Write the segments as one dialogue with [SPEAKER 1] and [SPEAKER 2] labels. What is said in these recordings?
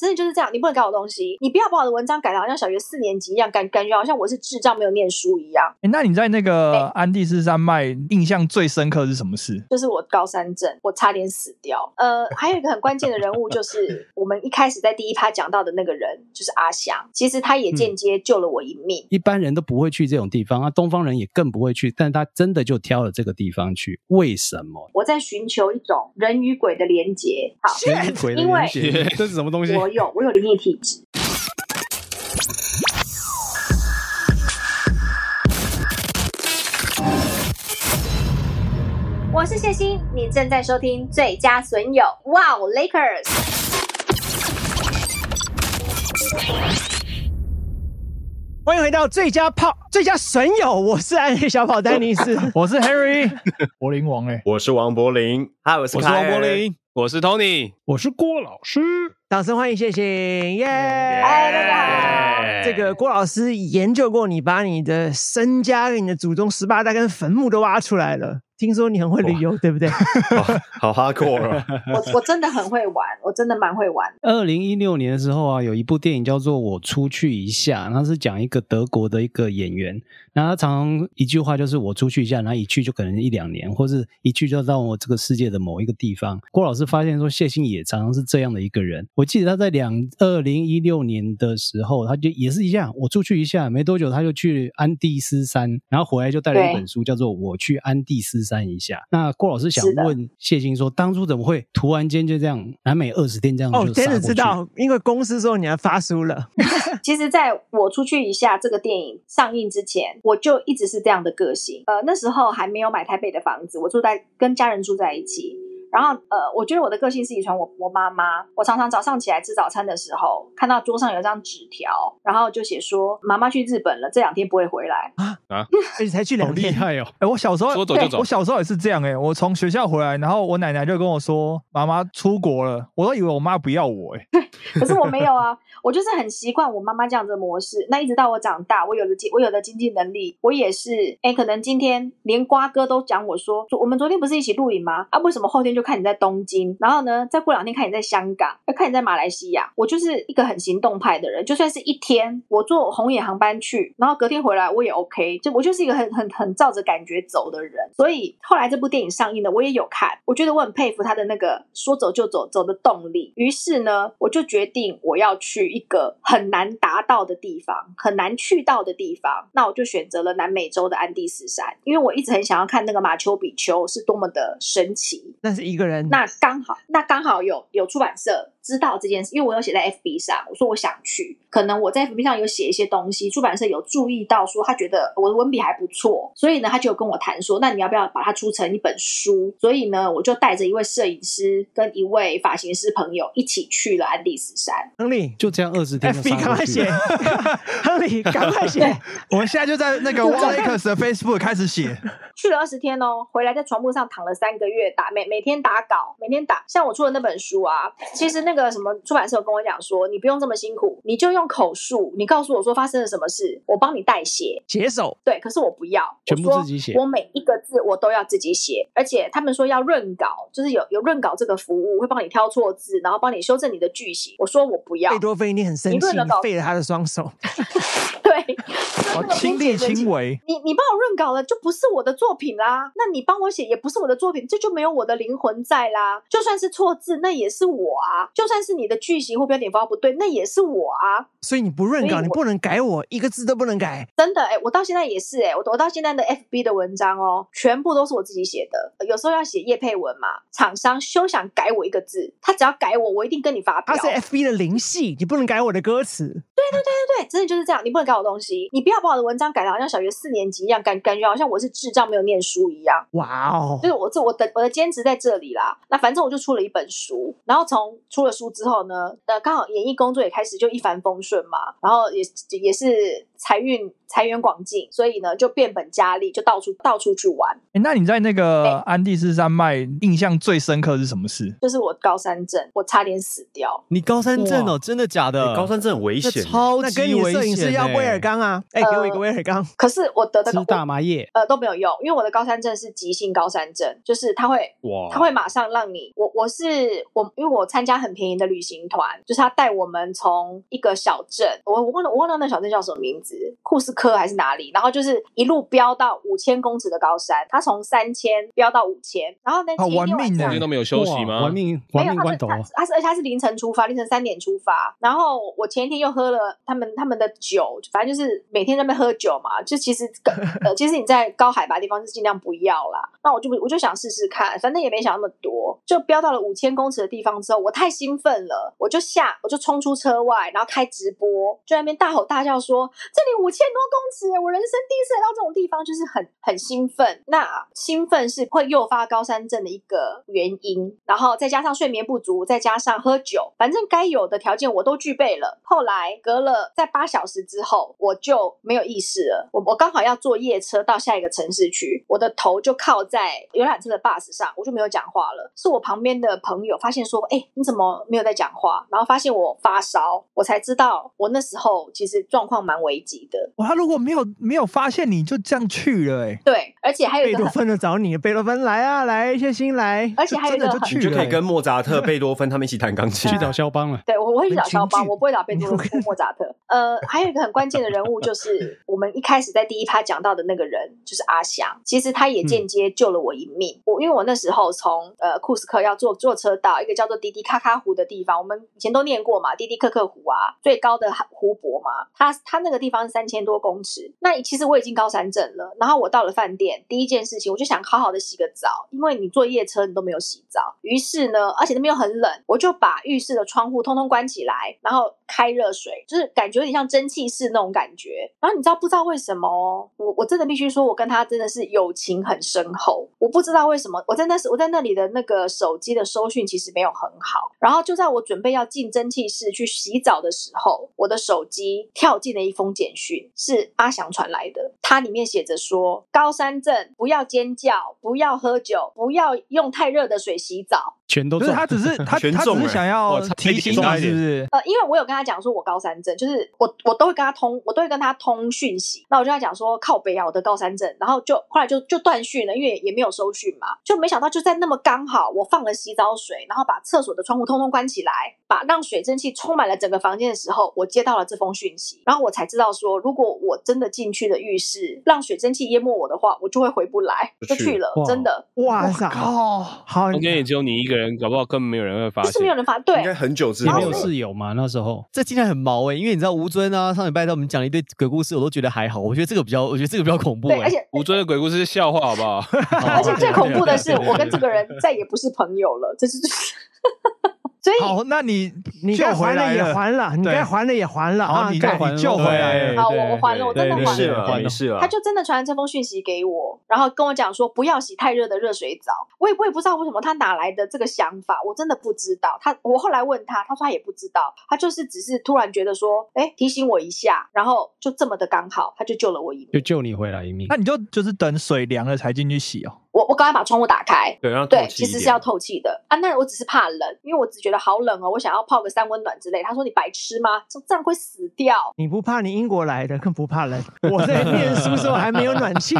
[SPEAKER 1] 真的就是这样，你不能改我东西，你不要把我的文章改的好像小学四年级一样，感感觉好像我是智障没有念书一样。
[SPEAKER 2] 诶那你在那个安第斯山脉印象最深刻是什么 事？
[SPEAKER 1] 就是我高山症，我差点死掉。呃，还有一个很关键的人物，就是我们一开始在第一趴讲到的那个人，就是阿翔。其实他也间接救了我一命。
[SPEAKER 3] 一般人都不会去这种地方啊，东方人也更不会去，但他真的就挑了这个地方去，为什么？
[SPEAKER 1] 我在寻求一种人与鬼的连结。好，
[SPEAKER 3] 人与鬼的连
[SPEAKER 1] 因
[SPEAKER 3] 接，这是什么东西？
[SPEAKER 1] 我有我有灵异体质。我是谢欣，你正在收听最佳损友 Wow Lakers。
[SPEAKER 4] 欢迎回到最佳炮、最佳损友，我是暗黑小跑丹尼斯。
[SPEAKER 2] 我是 Harry 柏林王诶、
[SPEAKER 5] 我是王柏林，
[SPEAKER 6] 嗨，我是
[SPEAKER 7] 我是王
[SPEAKER 6] 凯
[SPEAKER 7] 柏
[SPEAKER 6] 尔，
[SPEAKER 7] 林，我是 Tony。
[SPEAKER 3] 我是郭老师，
[SPEAKER 4] 掌声欢迎谢谢耶！
[SPEAKER 1] 嗨，大家好。
[SPEAKER 4] 这 个郭老师研究过你，把你的身家跟你的祖宗十八代跟坟墓都挖出来了。听说你很会旅游，对不 对？
[SPEAKER 5] 好哈 a 哦！
[SPEAKER 1] 我我真的很会玩，我真的蛮会玩。
[SPEAKER 3] 二零一六年的时候啊，有一部电影叫做《我出去一下》，它是讲一个德国的一个演员，那他常常一句话就是“我出去一下”，然后一去就可能一两年，或是一去就到我这个世界的某一个地方。郭老师发现说，谢欣也常常是这样的一个人。我记得他在两二零一六年的时候，他就也是一样，我出去一下，没多久他就去安第斯山，然后回来就带了一本书，叫做《我去安第斯山一下》。那郭老师想
[SPEAKER 1] 是的
[SPEAKER 3] 问谢欣说，当初怎么会突然间就这样，南美二十天这样
[SPEAKER 4] 哦
[SPEAKER 3] 就，杀
[SPEAKER 4] 真
[SPEAKER 3] 过
[SPEAKER 4] 的
[SPEAKER 3] 去
[SPEAKER 4] 知道，因为公司说你要发书了。
[SPEAKER 1] 其实，在我出去一下这个电影上映之前，我就一直是这样的个性。呃，那时候还没有买台北的房子，我住在跟家人住在一起。然后，呃，我觉得我的个性是遗传我我妈妈。我常常早上起来吃早餐的时候，看到桌上有一张纸条，然后就写说妈妈去日本了，这两天不会回来。
[SPEAKER 4] 而且才去两
[SPEAKER 3] 好厉
[SPEAKER 4] 天，
[SPEAKER 3] 害哦！
[SPEAKER 2] 哎、我小时候
[SPEAKER 7] 说走就走
[SPEAKER 2] 我小时候也是这样哎、我从学校回来，然后我奶奶就跟我说：“妈妈出国了。”我都以为我妈不要我哎、
[SPEAKER 1] 可是我没有啊，我就是很习惯我妈妈这样子的模式。那一直到我长大，我有了经我有了经济能力，我也是，哎，可能今天连瓜哥都讲我说，昨我们昨天不是一起露营吗？啊，为什么后天就看你在东京，然后呢，再过两天看你在香港，要看你在马来西亚？我就是一个很行动派的人，就算是一天，我坐红眼航班去，然后隔天回来我也 OK，就我就是一个很很很照着感觉走的人。所以后来这部电影上映了，我也有看，我觉得我很佩服他的那个说走就走走的动力。于是呢，我就决定我要去一个很难达到的地方，很难去到的地方。那我就选择了南美洲的安第斯山，因为我一直很想要看那个马丘比丘是多么的神奇。
[SPEAKER 4] 那是一个人。
[SPEAKER 1] 那刚好，那刚好有有出版社知道这件事，因为我有写在 FB 上，我说我想去，可能我在 FB 上有写一些东西，出版社有注意到说他觉得我的文笔还不错，所以呢，他就有跟我谈说，那你要不要把它出成一本书？所以呢，我就带着一位摄影师跟一位发型师朋友一起去了安第斯山。
[SPEAKER 4] 亨利
[SPEAKER 3] 就这样二十天就
[SPEAKER 4] ，FB
[SPEAKER 3] 杀
[SPEAKER 4] 赶
[SPEAKER 3] 过
[SPEAKER 4] 快
[SPEAKER 3] 去
[SPEAKER 4] 写，
[SPEAKER 3] 了。
[SPEAKER 4] 亨利赶快写。
[SPEAKER 2] 我们现在就在那 个 Walakers 的 Facebook 开始写，
[SPEAKER 1] 去了二十天哦，回来在床铺上躺了三个月，打每每天打稿，每天打。像我出的那本书啊，其实那个什么出版社有跟我讲说，你不用这么辛苦，你就用口述，你告诉我说发生了什么事，我帮你代写。
[SPEAKER 4] 写手
[SPEAKER 1] 对，可是我不要，
[SPEAKER 3] 全部
[SPEAKER 1] 我说
[SPEAKER 3] 自己写
[SPEAKER 1] 我每一个字我都要自己写，而且他们说要润稿，就是有有润稿这个服务，会帮你挑错字，然后帮你修正你的句型。我说我不要
[SPEAKER 4] 贝，多芬一定很生
[SPEAKER 1] 你
[SPEAKER 4] 气，
[SPEAKER 1] 论了
[SPEAKER 4] 你
[SPEAKER 1] 稿
[SPEAKER 4] 废了他的双手。
[SPEAKER 1] 对，
[SPEAKER 3] 哦
[SPEAKER 2] 我亲力亲为。
[SPEAKER 1] 你你帮我润稿了，就不是我的作品啦。那你帮我写也不是我的作品，这就没有我的灵魂在啦。就算是错字，那也是我啊；就算是你的句型或标点符号不对，那也是我啊。
[SPEAKER 4] 所以你不润
[SPEAKER 1] 所以
[SPEAKER 4] 稿，
[SPEAKER 1] 我
[SPEAKER 4] 你不能改我，一个字都不能改。
[SPEAKER 1] 真的，哎、我到现在也是、哎，我我到现在的 FB 的文章哦，全部都是我自己写的。有时候要写叶配文嘛，厂商休想改我一个字，他只要改我，我一定跟你发
[SPEAKER 4] 他
[SPEAKER 1] 飙。
[SPEAKER 4] 是 FB 的灵系，你不能改我的歌词。
[SPEAKER 1] 对，真的就是这样，你不能改我东西，你不要把我的文章改的好像小学四年级一样，感感觉好像我是智障没有念书一样。
[SPEAKER 4] 哇哦
[SPEAKER 1] 就！是我这我的我的兼职在这里啦。那反正我就出了一本书，然后从出了书之后呢，呃，刚好演艺工作也开始就一帆风顺嘛，然后也也是财运财源广进，所以呢就变本加厉，就到处到处去玩。
[SPEAKER 2] 哎、那你在那个安第斯山脉印象最深刻是什么事？
[SPEAKER 1] 就是我高山症，我差点死掉。
[SPEAKER 7] 你高山
[SPEAKER 2] 症哦
[SPEAKER 7] 真的假
[SPEAKER 5] 嗯
[SPEAKER 6] 欸高山症很危险，
[SPEAKER 2] 超
[SPEAKER 4] 那
[SPEAKER 2] 级
[SPEAKER 4] 跟你的摄影
[SPEAKER 2] 危
[SPEAKER 4] 师
[SPEAKER 2] 险
[SPEAKER 4] 要
[SPEAKER 2] 欸
[SPEAKER 4] 威尔刚啊，哎，给我一个
[SPEAKER 1] 呃
[SPEAKER 4] 威尔刚，
[SPEAKER 1] 可是我得的
[SPEAKER 3] 吃大麻叶，
[SPEAKER 1] 呃都没有用，因为我的高山症是急性高山症，就是它会
[SPEAKER 5] 哇
[SPEAKER 1] 他会马上让你，我我是我，因为我参加很便宜的旅行团，就是他带我们从一个小镇，我我忘了我忘了那小镇叫什么名字，库斯科还是哪里，然后就是一路飙到五千公尺的高山，他从三千飙到五千，然后那
[SPEAKER 2] 好
[SPEAKER 1] 前一
[SPEAKER 2] 玩
[SPEAKER 1] 天晚
[SPEAKER 2] 命
[SPEAKER 1] 上
[SPEAKER 2] 欸
[SPEAKER 6] 中间都没有休息
[SPEAKER 3] 哇
[SPEAKER 6] 吗
[SPEAKER 3] 玩？命
[SPEAKER 1] 没
[SPEAKER 3] 玩
[SPEAKER 1] 有，
[SPEAKER 3] 命
[SPEAKER 1] 他
[SPEAKER 3] 关
[SPEAKER 1] 们
[SPEAKER 3] 头
[SPEAKER 1] 他
[SPEAKER 3] 啊！
[SPEAKER 1] 他是而且他是凌晨出发，凌晨三点出发。然后我前一天又喝了他们他们的酒，反正就是每天在那边喝酒嘛。就其实呃，其实你在高海拔的地方是尽量不要啦。那我就不我就想试试看，反正也没想那么多。就飙到了五千公尺的地方之后，我太兴奋了，我就下我就冲出车外，然后开直播，就在那边大吼大叫说：“这里五千多公尺，我人生第一次来到这种地方，就是很很兴奋。那兴奋是会诱发高山症的一个原因，然后再加上睡眠不足，再加上喝酒，反正该有的条件我都具备了。后来隔了在八小时之后，我就没有意识了。我我刚好要坐夜车到下一个城市去，我的头就靠在游览车的 bus 上，我就没有讲话了。是我旁边的朋友发现说：“哎、你怎么没有在讲话？”然后发现我发烧，我才知道我那时候其实状况蛮危急的。
[SPEAKER 2] 哇，他如果没有没有发现你就这样去了、欸，
[SPEAKER 1] 对，而且还有一
[SPEAKER 4] 贝
[SPEAKER 1] 个
[SPEAKER 4] 多
[SPEAKER 1] 很
[SPEAKER 4] 芬的找你，贝多芬来啊，来，谢欣来，
[SPEAKER 1] 而且还有一
[SPEAKER 2] 真
[SPEAKER 1] 个
[SPEAKER 2] 的就
[SPEAKER 1] 很，
[SPEAKER 2] 去
[SPEAKER 5] 你就
[SPEAKER 2] 了、
[SPEAKER 5] 可以跟莫 扎特、贝多芬他们一起弹钢琴
[SPEAKER 3] 去。找肖邦了，
[SPEAKER 1] 对我我会去找肖
[SPEAKER 4] 情
[SPEAKER 1] 邦，
[SPEAKER 4] 绪
[SPEAKER 1] 我不会 找贝多芬 或莫扎特。呃，还有一个很关键的人物就是我们一开始在第一趴讲到的那个人，就是阿翔。其实他也间接救了我一命。我因为我那时候从呃库斯科要坐坐车到一个叫做迪迪卡卡湖的地方，我们以前都念过嘛，迪迪克克湖啊，最高的湖泊嘛。它它那个地方三千多公尺。那其实我已经高山症了，然后我到了饭店，第一件事情我就想好好的洗个澡，因为你坐夜车你都没有洗澡。于是呢，而且那边又很冷，我就把浴室的窗户通通关起来，然后开热水，就是感觉有点像蒸汽室那种感觉。然后你知道不知道为什么哦？我我真的必须说，我跟他真的是友情很深厚。我不知道为什么，我在那时我在那里的那个手机的搜讯其实没有很好。然后就在我准备要进蒸汽室去洗澡的时候，我的手机跳进了一封简讯，是阿翔传来的。它里面写着说：高山症不要尖叫，不要喝酒，不要用太热的水洗澡。
[SPEAKER 3] 全都
[SPEAKER 2] 不是
[SPEAKER 3] 中
[SPEAKER 2] 他只是他
[SPEAKER 5] 全
[SPEAKER 2] 他
[SPEAKER 5] 中
[SPEAKER 2] 只是
[SPEAKER 5] 欸
[SPEAKER 2] 想要
[SPEAKER 6] 哇差一
[SPEAKER 2] 提
[SPEAKER 6] 点
[SPEAKER 2] 醒
[SPEAKER 6] 中
[SPEAKER 2] 你，是
[SPEAKER 6] 一点
[SPEAKER 2] 不是？
[SPEAKER 1] 呃，因为我有跟他讲说，我高山症，就是我我都会跟他通，我都会跟他通讯息。那我就跟他讲说，靠北啊，我的高山症。然后就后来就就断讯了，因为也没有收讯嘛。就没想到就在那么刚好，我放了洗澡水，然后把厕所的窗户通通关起来，把让水蒸气充满了整个房间的时候，我接到了这封讯息，然后我才知道说，如果我真的进去了浴室，让水蒸气淹没我的话，我就会回不来，
[SPEAKER 5] 就
[SPEAKER 1] 就
[SPEAKER 5] 去
[SPEAKER 1] 去了
[SPEAKER 3] 哇，
[SPEAKER 1] 真的。
[SPEAKER 4] 哇塞，
[SPEAKER 2] 靠！
[SPEAKER 4] 好，
[SPEAKER 6] 中间也只有你一个人，搞不好根本没有人会发
[SPEAKER 1] 就是没有
[SPEAKER 6] 现。
[SPEAKER 1] 人发对，
[SPEAKER 5] 应该很久之
[SPEAKER 3] 也
[SPEAKER 5] 后
[SPEAKER 3] 没有
[SPEAKER 5] 了
[SPEAKER 3] 室。友嘛，那时候
[SPEAKER 7] 这听起来很毛
[SPEAKER 3] 欸
[SPEAKER 7] 哎、因为你知道吴尊啊，上礼拜在我们讲了一堆鬼故事，我都觉得还好，我觉得这个比较，我觉得这个比较恐怖
[SPEAKER 3] 欸
[SPEAKER 7] 哎、
[SPEAKER 1] 对，而且
[SPEAKER 6] 吴尊的鬼故事是笑话，好不好？
[SPEAKER 1] 而且最恐怖的
[SPEAKER 3] 哦
[SPEAKER 1] 是，我跟这个人再也不是朋友了， 这是。所以
[SPEAKER 2] 好，那你
[SPEAKER 4] 你
[SPEAKER 2] 救
[SPEAKER 4] 该
[SPEAKER 2] 回
[SPEAKER 4] 还
[SPEAKER 2] 来
[SPEAKER 4] 的也
[SPEAKER 2] 了，
[SPEAKER 4] 还了，你
[SPEAKER 2] 对
[SPEAKER 4] 该还的也还了啊
[SPEAKER 2] 好，，你
[SPEAKER 4] 该
[SPEAKER 2] 再还救回来了。
[SPEAKER 1] 好，我我还了，我真的
[SPEAKER 5] 没
[SPEAKER 1] 还
[SPEAKER 5] 事啊
[SPEAKER 1] 了。
[SPEAKER 5] 了，没事了
[SPEAKER 1] 他。就真的传了这封讯息给我，然后跟我讲说不要洗太热的热水澡。我也我也不知道为什么他哪来的这个想法，我真的不知道。他我后来问他，他说他也不知道，他就是只是突然觉得说，哎，提醒我一下，然后就这么的刚好，他就救了我一
[SPEAKER 3] 就
[SPEAKER 1] 命。
[SPEAKER 3] 救你回来一命
[SPEAKER 2] 那。你就就是等水凉了才进去洗哦。
[SPEAKER 1] 我我刚才把窗户打开，
[SPEAKER 5] 对，让
[SPEAKER 1] 对，其实是要透气的啊。那我只是怕冷，因为我只觉得好冷哦，我想要泡个三温暖之类。他说你白痴吗？这这样会死掉。
[SPEAKER 4] 你不怕你英国来的，更不怕冷。我在念书时候还没有暖气，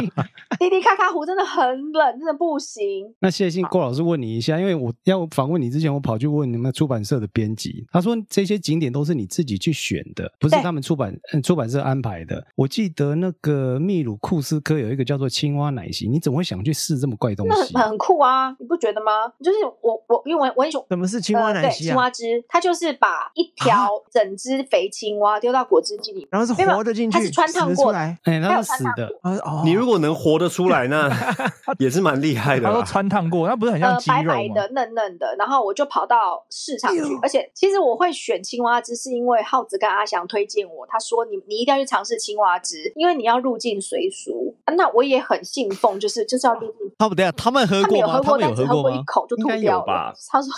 [SPEAKER 1] 滴滴咔咔湖真的很冷，真的不行。
[SPEAKER 3] 那谢信郭老师问你一下，因为我要访问你之前，我跑去问你们出版社的编辑，他说这些景点都是你自己去选的，不是
[SPEAKER 1] 对
[SPEAKER 3] 他们出版、嗯出版社安排的。我记得那个秘鲁库斯科有一个叫做青蛙奶昔，你怎么会想去试这么怪东
[SPEAKER 1] 那
[SPEAKER 3] 西？
[SPEAKER 1] 很很酷啊，你不觉得吗？就是我我因为我我很喜欢。
[SPEAKER 4] 怎么是青蛙
[SPEAKER 1] 呃
[SPEAKER 4] 奶
[SPEAKER 1] 对
[SPEAKER 4] 昔
[SPEAKER 1] 青
[SPEAKER 4] 啊？
[SPEAKER 1] 蛙汁，它就是把一条整只肥青蛙丢到果汁机里，
[SPEAKER 4] 然后是
[SPEAKER 1] 没有
[SPEAKER 4] 活的进去，
[SPEAKER 1] 它是穿烫
[SPEAKER 4] 死的
[SPEAKER 1] 过
[SPEAKER 4] 出
[SPEAKER 1] 的
[SPEAKER 4] 来。
[SPEAKER 3] 哎、
[SPEAKER 1] 还
[SPEAKER 3] 它
[SPEAKER 1] 有
[SPEAKER 3] 是死
[SPEAKER 1] 穿
[SPEAKER 3] 的，
[SPEAKER 4] 啊哦，
[SPEAKER 5] 你如果能活得出来，那 也是蛮厉害的
[SPEAKER 2] 他
[SPEAKER 5] 啦
[SPEAKER 2] 说。穿烫过，那不是很像
[SPEAKER 1] 呃
[SPEAKER 2] 鸡
[SPEAKER 1] 白
[SPEAKER 2] 肉
[SPEAKER 1] 白
[SPEAKER 2] 吗？
[SPEAKER 1] 的嫩嫩的，然后我就跑到市场去，而且其实我会选青蛙汁，是因为耗子跟阿翔推荐我，他说你你一定要去尝试青蛙汁，因为你要入境随俗、啊那我也很信奉，就是就是要入境。
[SPEAKER 7] 他们等一下他们喝
[SPEAKER 1] 他们
[SPEAKER 7] 过
[SPEAKER 1] 有
[SPEAKER 7] 吗？
[SPEAKER 1] 喝
[SPEAKER 7] 他
[SPEAKER 1] 过，
[SPEAKER 7] 们
[SPEAKER 1] 但
[SPEAKER 7] 有
[SPEAKER 1] 只
[SPEAKER 7] 喝过
[SPEAKER 1] 喝过一
[SPEAKER 7] 吗？
[SPEAKER 1] 口就
[SPEAKER 5] 应
[SPEAKER 1] 吐
[SPEAKER 5] 该有
[SPEAKER 1] 掉
[SPEAKER 5] 吧
[SPEAKER 1] 了。他说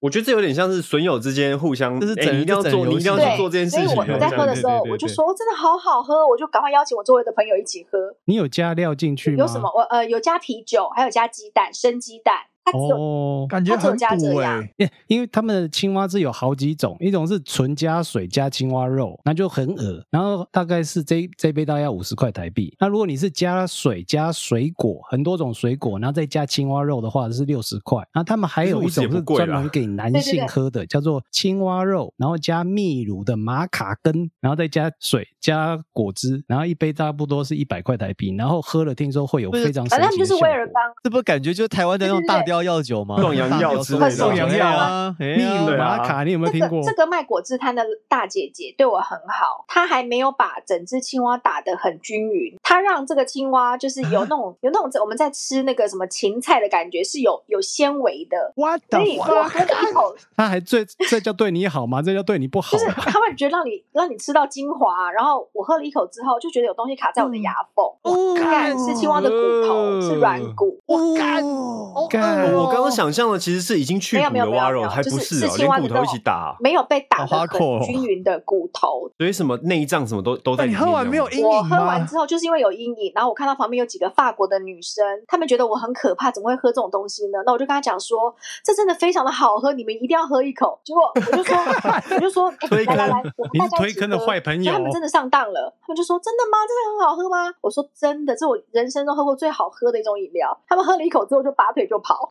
[SPEAKER 5] 我觉得这有点像是损友之间互相，
[SPEAKER 7] 就是
[SPEAKER 5] 哎
[SPEAKER 7] 整
[SPEAKER 5] 你一定要
[SPEAKER 7] 整
[SPEAKER 5] 做，你一定要
[SPEAKER 7] 游戏
[SPEAKER 5] 去
[SPEAKER 1] 对，
[SPEAKER 5] 做这件事情
[SPEAKER 1] 所以我
[SPEAKER 5] 的。
[SPEAKER 1] 我在喝的时候，
[SPEAKER 6] 对对对
[SPEAKER 1] 我就说哦真的好好喝，我就赶快邀请我周围的朋友一起喝。
[SPEAKER 3] 你有加料进去吗？
[SPEAKER 1] 有什么？我呃有加啤酒，还有加鸡蛋，生鸡蛋，它只有、
[SPEAKER 7] 哦，
[SPEAKER 2] 感觉
[SPEAKER 1] 它只有
[SPEAKER 2] 很
[SPEAKER 1] 加
[SPEAKER 2] 补
[SPEAKER 1] 这
[SPEAKER 2] 哎、
[SPEAKER 1] 样
[SPEAKER 3] 因因为他们的青蛙是有好几种，一种是纯加水加青蛙肉，那就很恶，然后大概是这一这一杯大概要五十块台币。那如果你是加水加水果，很多种水果，然后再加青蛙肉的话是六十块。然后他们还有一
[SPEAKER 5] 其实50也
[SPEAKER 3] 种
[SPEAKER 5] 不
[SPEAKER 3] 是
[SPEAKER 5] 贵啦
[SPEAKER 3] 专门给男
[SPEAKER 1] 对对
[SPEAKER 3] 性
[SPEAKER 1] 对
[SPEAKER 3] 喝的，叫做青蛙肉，然后加秘鲁的玛卡根，然后再加水加果汁，然后一杯差不多是一百块台币。然后喝了听说会有
[SPEAKER 7] 不是
[SPEAKER 3] 非常
[SPEAKER 1] 反正他
[SPEAKER 3] 神
[SPEAKER 1] 们
[SPEAKER 3] 奇
[SPEAKER 1] 就
[SPEAKER 3] 的
[SPEAKER 1] 是
[SPEAKER 3] 效
[SPEAKER 1] 威尔
[SPEAKER 3] 果
[SPEAKER 1] 刚，
[SPEAKER 7] 这不感觉就是台湾的那种大雕药酒吗？
[SPEAKER 5] 壮阳药之类的
[SPEAKER 1] 壮
[SPEAKER 2] 阳药
[SPEAKER 7] 啊，哎
[SPEAKER 3] 秘
[SPEAKER 7] 呀
[SPEAKER 3] 鲁
[SPEAKER 5] 对啊
[SPEAKER 3] 玛卡，你有没有听
[SPEAKER 1] 这
[SPEAKER 3] 过
[SPEAKER 1] 个？这个卖果汁摊的大姐姐对我很好，她还没有把整只青蛙打得很均匀，她让这个青蛙就是有那 种、有那种我们在吃那个什么芹菜的感觉，是有有纤维的。
[SPEAKER 4] What the
[SPEAKER 1] 所以我
[SPEAKER 4] fuck？
[SPEAKER 1] 喝了一口，
[SPEAKER 3] 他还最这叫对你好吗？这叫对你不好
[SPEAKER 1] 就是
[SPEAKER 3] 吧？
[SPEAKER 1] 他会觉得让你让你吃到精华，啊然后我喝了一口之后就觉得有东西卡在我的
[SPEAKER 3] 嗯
[SPEAKER 1] 牙缝，
[SPEAKER 4] 哦
[SPEAKER 1] 看是青蛙的骨头，是软骨，
[SPEAKER 4] 我干，哦
[SPEAKER 3] 干
[SPEAKER 5] 哎我刚刚想象的其实是已经去
[SPEAKER 1] 没有
[SPEAKER 5] 骨
[SPEAKER 1] 没有
[SPEAKER 5] 的蛙
[SPEAKER 1] 没有没
[SPEAKER 5] 肉，
[SPEAKER 1] 有
[SPEAKER 5] 还
[SPEAKER 1] 就
[SPEAKER 5] 不
[SPEAKER 1] 是是
[SPEAKER 5] 啊，
[SPEAKER 1] 青
[SPEAKER 5] 连
[SPEAKER 1] 蛙
[SPEAKER 5] 骨
[SPEAKER 1] 的
[SPEAKER 5] 头一
[SPEAKER 1] 肉
[SPEAKER 5] 起打，哦
[SPEAKER 1] 没有被打
[SPEAKER 7] 好
[SPEAKER 1] 得
[SPEAKER 7] 哈扣
[SPEAKER 1] 很
[SPEAKER 7] 哦
[SPEAKER 1] 均匀的骨头，
[SPEAKER 5] 所以什么内脏什么都都在
[SPEAKER 2] 那
[SPEAKER 5] 里
[SPEAKER 2] 你
[SPEAKER 5] 面。
[SPEAKER 2] 喝完没有
[SPEAKER 5] 这样
[SPEAKER 2] 阴
[SPEAKER 1] 我
[SPEAKER 2] 影
[SPEAKER 1] 喝完
[SPEAKER 2] 吗？
[SPEAKER 1] 之后就是因为有阴影，然后我看到旁边有几个法国的女生，她们觉得我很可怕，怎么会喝这种东西呢？那我就跟她讲说，这真的非常的好喝，你们一定要喝一口。结果我 就说，我就说，哎
[SPEAKER 7] 推
[SPEAKER 1] 来
[SPEAKER 7] 坑
[SPEAKER 1] 来来，我们
[SPEAKER 3] 你
[SPEAKER 1] 大
[SPEAKER 3] 是
[SPEAKER 1] 家一
[SPEAKER 3] 推
[SPEAKER 1] 起
[SPEAKER 3] 坑的
[SPEAKER 1] 喝
[SPEAKER 3] 坏朋
[SPEAKER 1] 所以他
[SPEAKER 3] 友哦
[SPEAKER 1] 们真的上当了，他们就说真的吗？真的很好喝吗？我说真的，这是我人生中喝过最好喝的一种饮料。他们喝了一口之后就拔腿就跑，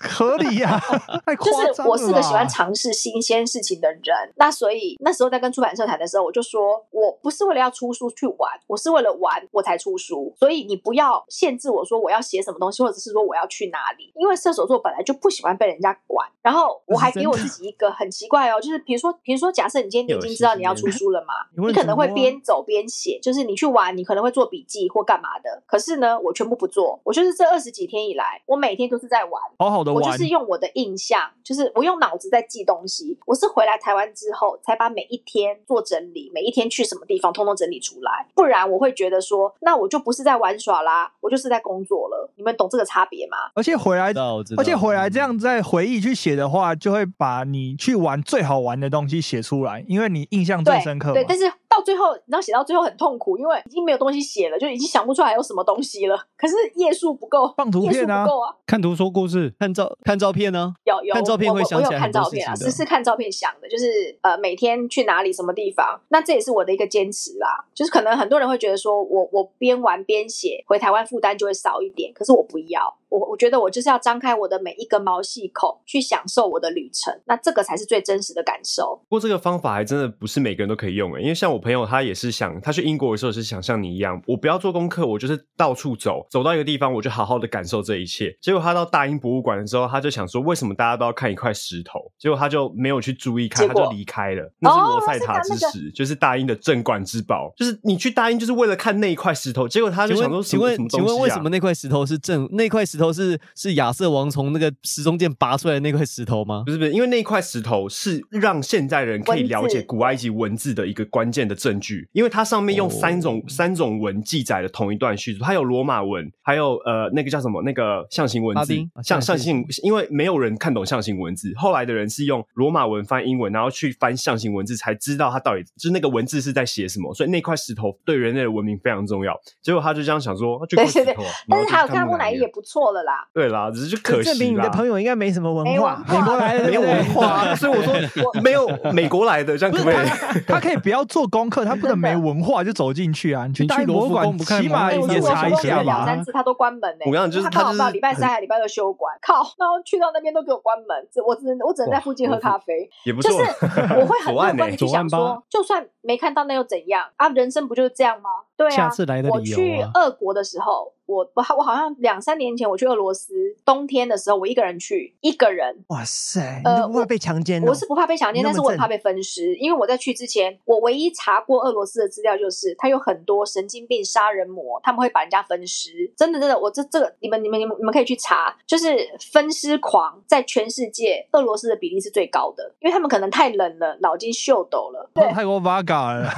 [SPEAKER 2] 合理啊 呀、太夸
[SPEAKER 1] 就
[SPEAKER 2] 张了吧。
[SPEAKER 1] 是我是个喜欢尝试新鲜事情的人，那所以那时候在跟出版社谈的时候，我就说我不是为了要出书去玩，我是为了玩我才出书，所以你不要限制我说我要写什么东西，或者是说我要去哪里，因为射手座本来就不喜欢被人家管。然后我还给我自己一个很奇怪哦，就是比如说，比如说，假设你今天你已经知道你要出书了 嘛，
[SPEAKER 4] 你问
[SPEAKER 1] 你可能会
[SPEAKER 4] 什么啊
[SPEAKER 1] 边走边写，就是你去玩，你可能会做笔记或干嘛的。可是呢，我全部不做，我就是这二十几天以来，我每天都是在玩。
[SPEAKER 2] 好好的
[SPEAKER 1] 我就
[SPEAKER 2] 玩
[SPEAKER 1] 是，用我的印象，就是我用脑子在记东西。我是回来台湾之后，才把每一天做整理，每一天去什么地方，通通整理出来。不然我会觉得说，那我就不是在玩耍啦，我就是在工作了。你们懂这个差别吗？
[SPEAKER 2] 而且回来
[SPEAKER 7] 知，道，我知道
[SPEAKER 2] 而且
[SPEAKER 3] 嗯
[SPEAKER 2] 回来这样再回忆去写的话，就会把你去玩最好玩的东西写出来，因为你印象最
[SPEAKER 1] 对
[SPEAKER 2] 深刻嘛。
[SPEAKER 1] 对， 但是到最后，你知道写到最后很痛苦，因为已经没有东西写了，就已经想不出来有什么东西了。可是页数不够，
[SPEAKER 2] 放图
[SPEAKER 1] 页数
[SPEAKER 2] 片啊
[SPEAKER 1] 不够啊。
[SPEAKER 3] 看图说故事，
[SPEAKER 7] 看照看照片呢，
[SPEAKER 1] 有有，
[SPEAKER 7] 看照片
[SPEAKER 1] 我
[SPEAKER 7] 会想
[SPEAKER 1] 我
[SPEAKER 7] 起
[SPEAKER 1] 我
[SPEAKER 7] 来
[SPEAKER 1] 有
[SPEAKER 7] 很
[SPEAKER 1] 看
[SPEAKER 7] 多
[SPEAKER 1] 照
[SPEAKER 7] 事
[SPEAKER 1] 片啊，
[SPEAKER 7] 情
[SPEAKER 1] 是
[SPEAKER 7] 的
[SPEAKER 1] 是看照片想的，就是呃每天去哪里什么地方，那这也是我的一个坚持啦。就是可能很多人会觉得说我我边玩边写，回台湾负担就会少一点，可是我不要，我我觉得我就是要张开我的每一根毛细孔，去享受我的旅程，那这个才是最真实的感受。
[SPEAKER 5] 不过这个方法还真的不是每个人都可以用诶，欸因为像我朋友他也是想，他去英国的时候也是想像你一样，我不要做功课，我就是到处走，走到一个地方我就好好的感受这一切。结果他到大英博物馆的时候，他就想说，为什么大家都要看一块石头？结果他就没有去注意看，
[SPEAKER 1] 结
[SPEAKER 5] 他
[SPEAKER 1] 果
[SPEAKER 5] 就离开了。那是
[SPEAKER 1] 哦
[SPEAKER 5] 罗塞塔之石，
[SPEAKER 1] 我是看
[SPEAKER 5] 就是大英的镇馆之宝，就是你去大英就是为了看那一块石头。结果他就
[SPEAKER 7] 请
[SPEAKER 5] 想
[SPEAKER 7] 问
[SPEAKER 5] 说什
[SPEAKER 7] 请
[SPEAKER 5] 么什么
[SPEAKER 7] 问
[SPEAKER 5] 东
[SPEAKER 7] 请
[SPEAKER 5] 西、啊？
[SPEAKER 7] 问为什么那块石头是正那块石头是是亚瑟王从那个时钟剑拔出来的那块石头吗
[SPEAKER 5] 不？是不是，因为那块石头是让现代人可以了解
[SPEAKER 1] 文字
[SPEAKER 5] 古埃及文字的一个关键的证据，因为它上
[SPEAKER 1] 哦
[SPEAKER 5] 面用三种、三种文记载了同一段叙述，它有罗马文，还有呃那个叫什么那个象形文
[SPEAKER 7] 拉
[SPEAKER 5] 字
[SPEAKER 7] 丁啊，
[SPEAKER 5] 象象
[SPEAKER 7] 象
[SPEAKER 5] 形
[SPEAKER 7] 形，
[SPEAKER 5] 因为没有人看懂象形文字，后来的人是用罗马文翻英文，然后去翻象形文字，才知道它到底就是那个文字是在写什么，所以那块石头对人类的文明非常重要。结果他就这样想说，啊就一块石
[SPEAKER 1] 对对
[SPEAKER 5] 头啊，
[SPEAKER 1] 但是
[SPEAKER 5] 然
[SPEAKER 1] 还有
[SPEAKER 5] 后就
[SPEAKER 1] 看
[SPEAKER 5] 木
[SPEAKER 1] 木乃伊也不错了啦，
[SPEAKER 5] 对啦，只是就
[SPEAKER 4] 这
[SPEAKER 5] 可惜
[SPEAKER 4] 证明你的
[SPEAKER 5] 啦
[SPEAKER 4] 朋友应该没什么文
[SPEAKER 1] 没
[SPEAKER 4] 化
[SPEAKER 1] 文，
[SPEAKER 4] 美国
[SPEAKER 1] 化
[SPEAKER 4] 来的
[SPEAKER 5] 没有文化啊， 所以我
[SPEAKER 1] 我
[SPEAKER 5] 说没有美国来的，这样可不可以？
[SPEAKER 2] 他可以不要做功课，他不能没文化就走进去啊！你去
[SPEAKER 3] 你去
[SPEAKER 2] 大英博
[SPEAKER 3] 罗
[SPEAKER 2] 物
[SPEAKER 3] 浮
[SPEAKER 2] 馆
[SPEAKER 3] 宫不看
[SPEAKER 2] 起
[SPEAKER 3] 吗
[SPEAKER 2] 码
[SPEAKER 1] 哎，
[SPEAKER 3] 哎
[SPEAKER 1] 我
[SPEAKER 2] 也
[SPEAKER 1] 去罗
[SPEAKER 2] 查
[SPEAKER 1] 浮
[SPEAKER 2] 一
[SPEAKER 1] 宫去
[SPEAKER 2] 下
[SPEAKER 1] 了两
[SPEAKER 2] 吧
[SPEAKER 1] 三。次，他都关门呢、欸。
[SPEAKER 5] 我跟你讲就是
[SPEAKER 1] 他刚好
[SPEAKER 5] 他就是
[SPEAKER 1] 到礼拜三还礼拜六休馆，靠！然后去到那边都给我关门，只我只能我只能在附近喝咖啡。
[SPEAKER 5] 也不
[SPEAKER 1] 就
[SPEAKER 5] 错，
[SPEAKER 1] 是我会很
[SPEAKER 5] 左岸
[SPEAKER 1] 乐
[SPEAKER 5] 呢、
[SPEAKER 1] 观的去
[SPEAKER 3] 左
[SPEAKER 1] 想
[SPEAKER 3] 岸吧
[SPEAKER 1] 说，就算没看到那又怎样啊？人生不就是这样吗？对啊，
[SPEAKER 3] 下次来的
[SPEAKER 1] 我
[SPEAKER 3] 理由
[SPEAKER 1] 去
[SPEAKER 3] 啊
[SPEAKER 1] 俄国的时候，我我好我好像两三年前我去俄罗斯，冬天的时候我一个人去，一个人。
[SPEAKER 4] 哇塞，你
[SPEAKER 1] 呃
[SPEAKER 4] 都不怕被强奸哦？
[SPEAKER 1] 我是不怕被强奸，
[SPEAKER 4] 你那
[SPEAKER 1] 但是
[SPEAKER 4] 么
[SPEAKER 1] 我很
[SPEAKER 4] 正
[SPEAKER 1] 怕被分尸，因为我在去之前，我唯一查过俄罗斯的资料，就是他有很多神经病杀人魔，他们会把人家分尸。真的真的，我这这个你们你们你们你们可以去查，就是分尸狂在全世界俄罗斯的比例是最高的，因为他们可能太冷了，脑筋秀抖了。对
[SPEAKER 2] 喝，太过 Vaga 了，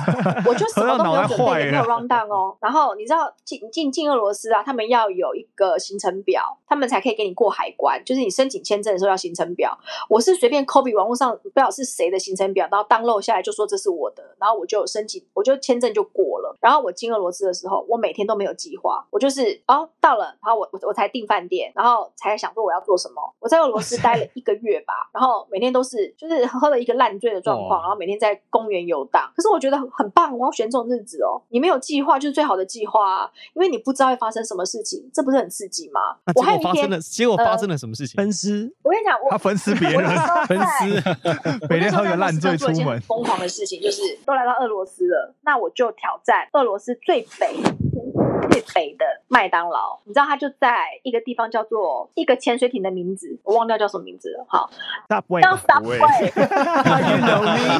[SPEAKER 1] 我就什么都没有准
[SPEAKER 2] 喝到脑袋
[SPEAKER 1] 备，
[SPEAKER 2] 坏
[SPEAKER 1] 也没有
[SPEAKER 2] 了
[SPEAKER 1] round down 哦。然后你知道进进进俄罗斯啊，他们要有一个行程表，他们才可以给你过海关。就是你申请签证的时候要行程表。我是随便 copy 网络上不知道是谁的行程表，然后 download 下来就说这是我的，然后我就申请，我就签证就过了。然后我进俄罗斯的时候，我每天都没有计划，我就是哦到了，然后我我我才订饭店，然后才想说我要做什么。我在俄罗斯待了一个月吧，然后每天都是就是喝了一个烂醉的状
[SPEAKER 7] 哇
[SPEAKER 1] 况，然后每天在公园游荡。可是我觉得很很棒，我要选这种日子哦。你没有计划就是最好的计划啊，因为你不知道会发生什么事情，这不是很刺激吗？
[SPEAKER 7] 那
[SPEAKER 1] 我
[SPEAKER 7] 结
[SPEAKER 1] 还有
[SPEAKER 7] 果发
[SPEAKER 1] 一天
[SPEAKER 7] 生，了，结果发
[SPEAKER 1] 呃
[SPEAKER 7] 生了什么事情？
[SPEAKER 4] 分尸，
[SPEAKER 1] 我跟你讲，我
[SPEAKER 2] 他粉丝别人，
[SPEAKER 7] 分尸，
[SPEAKER 2] 每天喝
[SPEAKER 1] 个
[SPEAKER 2] 个烂醉出门。
[SPEAKER 1] 疯狂的事情就是都来到俄罗斯了，那我就挑战俄罗斯最北。最北的麦当劳，你知道它就在一个地方叫做一个潜水艇的名字，我忘掉叫什么名字了。好，
[SPEAKER 4] 大不
[SPEAKER 1] 叫 Subway，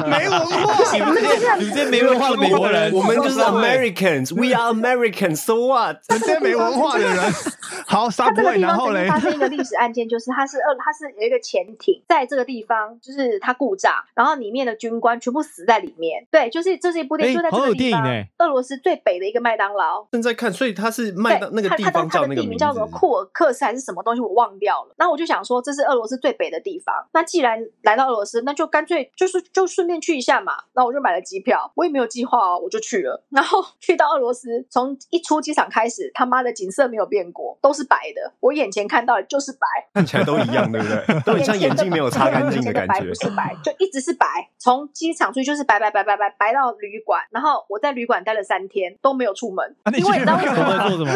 [SPEAKER 2] 没文化，
[SPEAKER 1] 不是不是不是
[SPEAKER 7] 你们这些没文化的美国人，
[SPEAKER 5] 我们就是
[SPEAKER 2] 我们
[SPEAKER 5] Americans，we are Americans，so what？
[SPEAKER 2] 我们这些没文化的 人。好
[SPEAKER 1] 它这个
[SPEAKER 2] ，Subway，
[SPEAKER 1] 地
[SPEAKER 2] 然
[SPEAKER 1] 方
[SPEAKER 2] 后
[SPEAKER 1] 曾
[SPEAKER 2] 嘞
[SPEAKER 1] 经，发生一个历史案件，就是它是二，它是有一个潜艇在这个地方，就是它故障，然后里面的军官全部死在里面。对，就是这是一部电
[SPEAKER 7] 哎
[SPEAKER 1] 影，就在这
[SPEAKER 7] 好
[SPEAKER 1] 个
[SPEAKER 7] 有
[SPEAKER 1] 地
[SPEAKER 7] 电影
[SPEAKER 1] 方，
[SPEAKER 7] 哎
[SPEAKER 1] 俄罗斯最北的一个麦当劳，
[SPEAKER 5] 正在看，所以他是
[SPEAKER 1] 对，
[SPEAKER 5] 卖到那个
[SPEAKER 1] 它
[SPEAKER 5] 地
[SPEAKER 1] 它的
[SPEAKER 5] 方
[SPEAKER 1] 它
[SPEAKER 5] 叫
[SPEAKER 1] 的地
[SPEAKER 5] 那个
[SPEAKER 1] 名
[SPEAKER 5] 名
[SPEAKER 1] 叫什么
[SPEAKER 5] 字
[SPEAKER 1] 库尔克斯还是什么东西，我忘掉了。那我就想说，这是俄罗斯最北的地方。那既然来到俄罗斯，那就干脆就是就顺便去一下嘛。那我就买了机票，我也没有计划哦，我就去了。然后去到俄罗斯，从一出机场开始，他妈的景色没有变过，都是白的。我眼前看到的就是白，
[SPEAKER 5] 看起来都一样，对 不对？都很像眼睛没有擦干净的感
[SPEAKER 1] 白
[SPEAKER 5] 觉
[SPEAKER 1] 不。是白，就一直是白。从机场出去就是白白白白白白到旅馆，然后我在旅馆待了三天都没有出门，
[SPEAKER 2] 啊你
[SPEAKER 1] 因为你知道为什
[SPEAKER 7] 我
[SPEAKER 1] 么
[SPEAKER 7] 们
[SPEAKER 1] 吗
[SPEAKER 7] 在？ 做什么？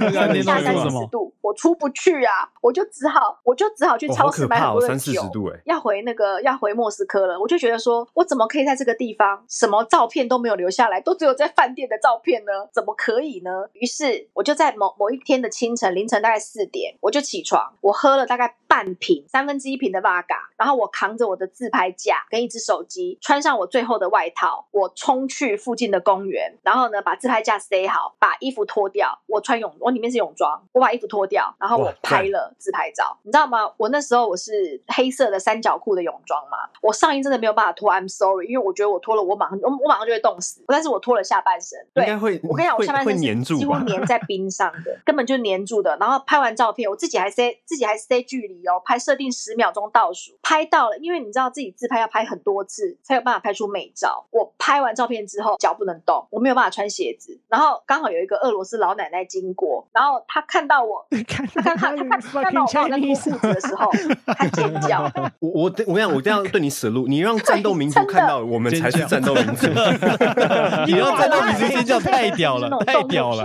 [SPEAKER 1] 对，
[SPEAKER 6] 三
[SPEAKER 1] 零
[SPEAKER 6] 天
[SPEAKER 1] 下
[SPEAKER 6] 到
[SPEAKER 1] 三
[SPEAKER 6] 底
[SPEAKER 1] 十
[SPEAKER 7] 什
[SPEAKER 6] 是
[SPEAKER 7] 么
[SPEAKER 1] 度，我出不去啊，我就只好我就只好去
[SPEAKER 5] 哇，
[SPEAKER 1] 超
[SPEAKER 5] 好
[SPEAKER 1] 市
[SPEAKER 5] 可
[SPEAKER 1] 买
[SPEAKER 5] 怕
[SPEAKER 1] 很
[SPEAKER 5] 哦，
[SPEAKER 1] 多的
[SPEAKER 5] 三四
[SPEAKER 1] 酒
[SPEAKER 5] 十。度哎，
[SPEAKER 1] 要回那个要回莫斯科了，我就觉得说，我怎么可以在这个地方什么照片都没有留下来，都只有在饭店的照片呢？怎么可以呢？于是我就在某某一天的清晨，凌晨大概四点，我就起床，我喝了大概半瓶三分之一瓶的 v o d a 然后我扛着我的自拍架跟一只手机，穿上我最后的外套，我冲去附近的公园，然后呢把自拍架塞好，把衣服脱掉，我穿泳我里面是泳装，我把衣服脱掉，然后我
[SPEAKER 5] 哇
[SPEAKER 1] 拍
[SPEAKER 5] 赞
[SPEAKER 1] 了自拍照，你知道吗？我那时候我是黑色的三角裤的泳装嘛，我上衣真的没有办法脱，I'm sorry，因为我觉得我脱了我马上我我马上就会冻死，但是我脱了下半身，
[SPEAKER 5] 应
[SPEAKER 1] 对，
[SPEAKER 5] 该会，
[SPEAKER 1] 我跟你讲，我
[SPEAKER 5] 会
[SPEAKER 1] 下半身
[SPEAKER 5] 会
[SPEAKER 1] 是
[SPEAKER 5] 粘住
[SPEAKER 1] 几乎
[SPEAKER 5] 吧？
[SPEAKER 1] 粘在冰上的， 根本就粘住的。然后拍完照片，我自己还塞自己还塞距离哦，拍设定十秒钟倒数，拍到了，因为你知道自己自拍要拍很多次才有办法拍出美照。我拍完照片之后，脚不能动，我没有办法穿鞋子。然后刚好有一个俄罗斯老奶奶经过，然后她看到我，
[SPEAKER 4] 看
[SPEAKER 1] 她看她她看她看到我帮我在脱裤子的时 候，她尖叫。
[SPEAKER 5] 我我我跟你讲，我这样对你死 路，你让战斗民族看到我们才是战斗民族。
[SPEAKER 7] 你要在那 比之间
[SPEAKER 1] 尖
[SPEAKER 7] 叫
[SPEAKER 1] 叫
[SPEAKER 7] 太屌 了，太屌了！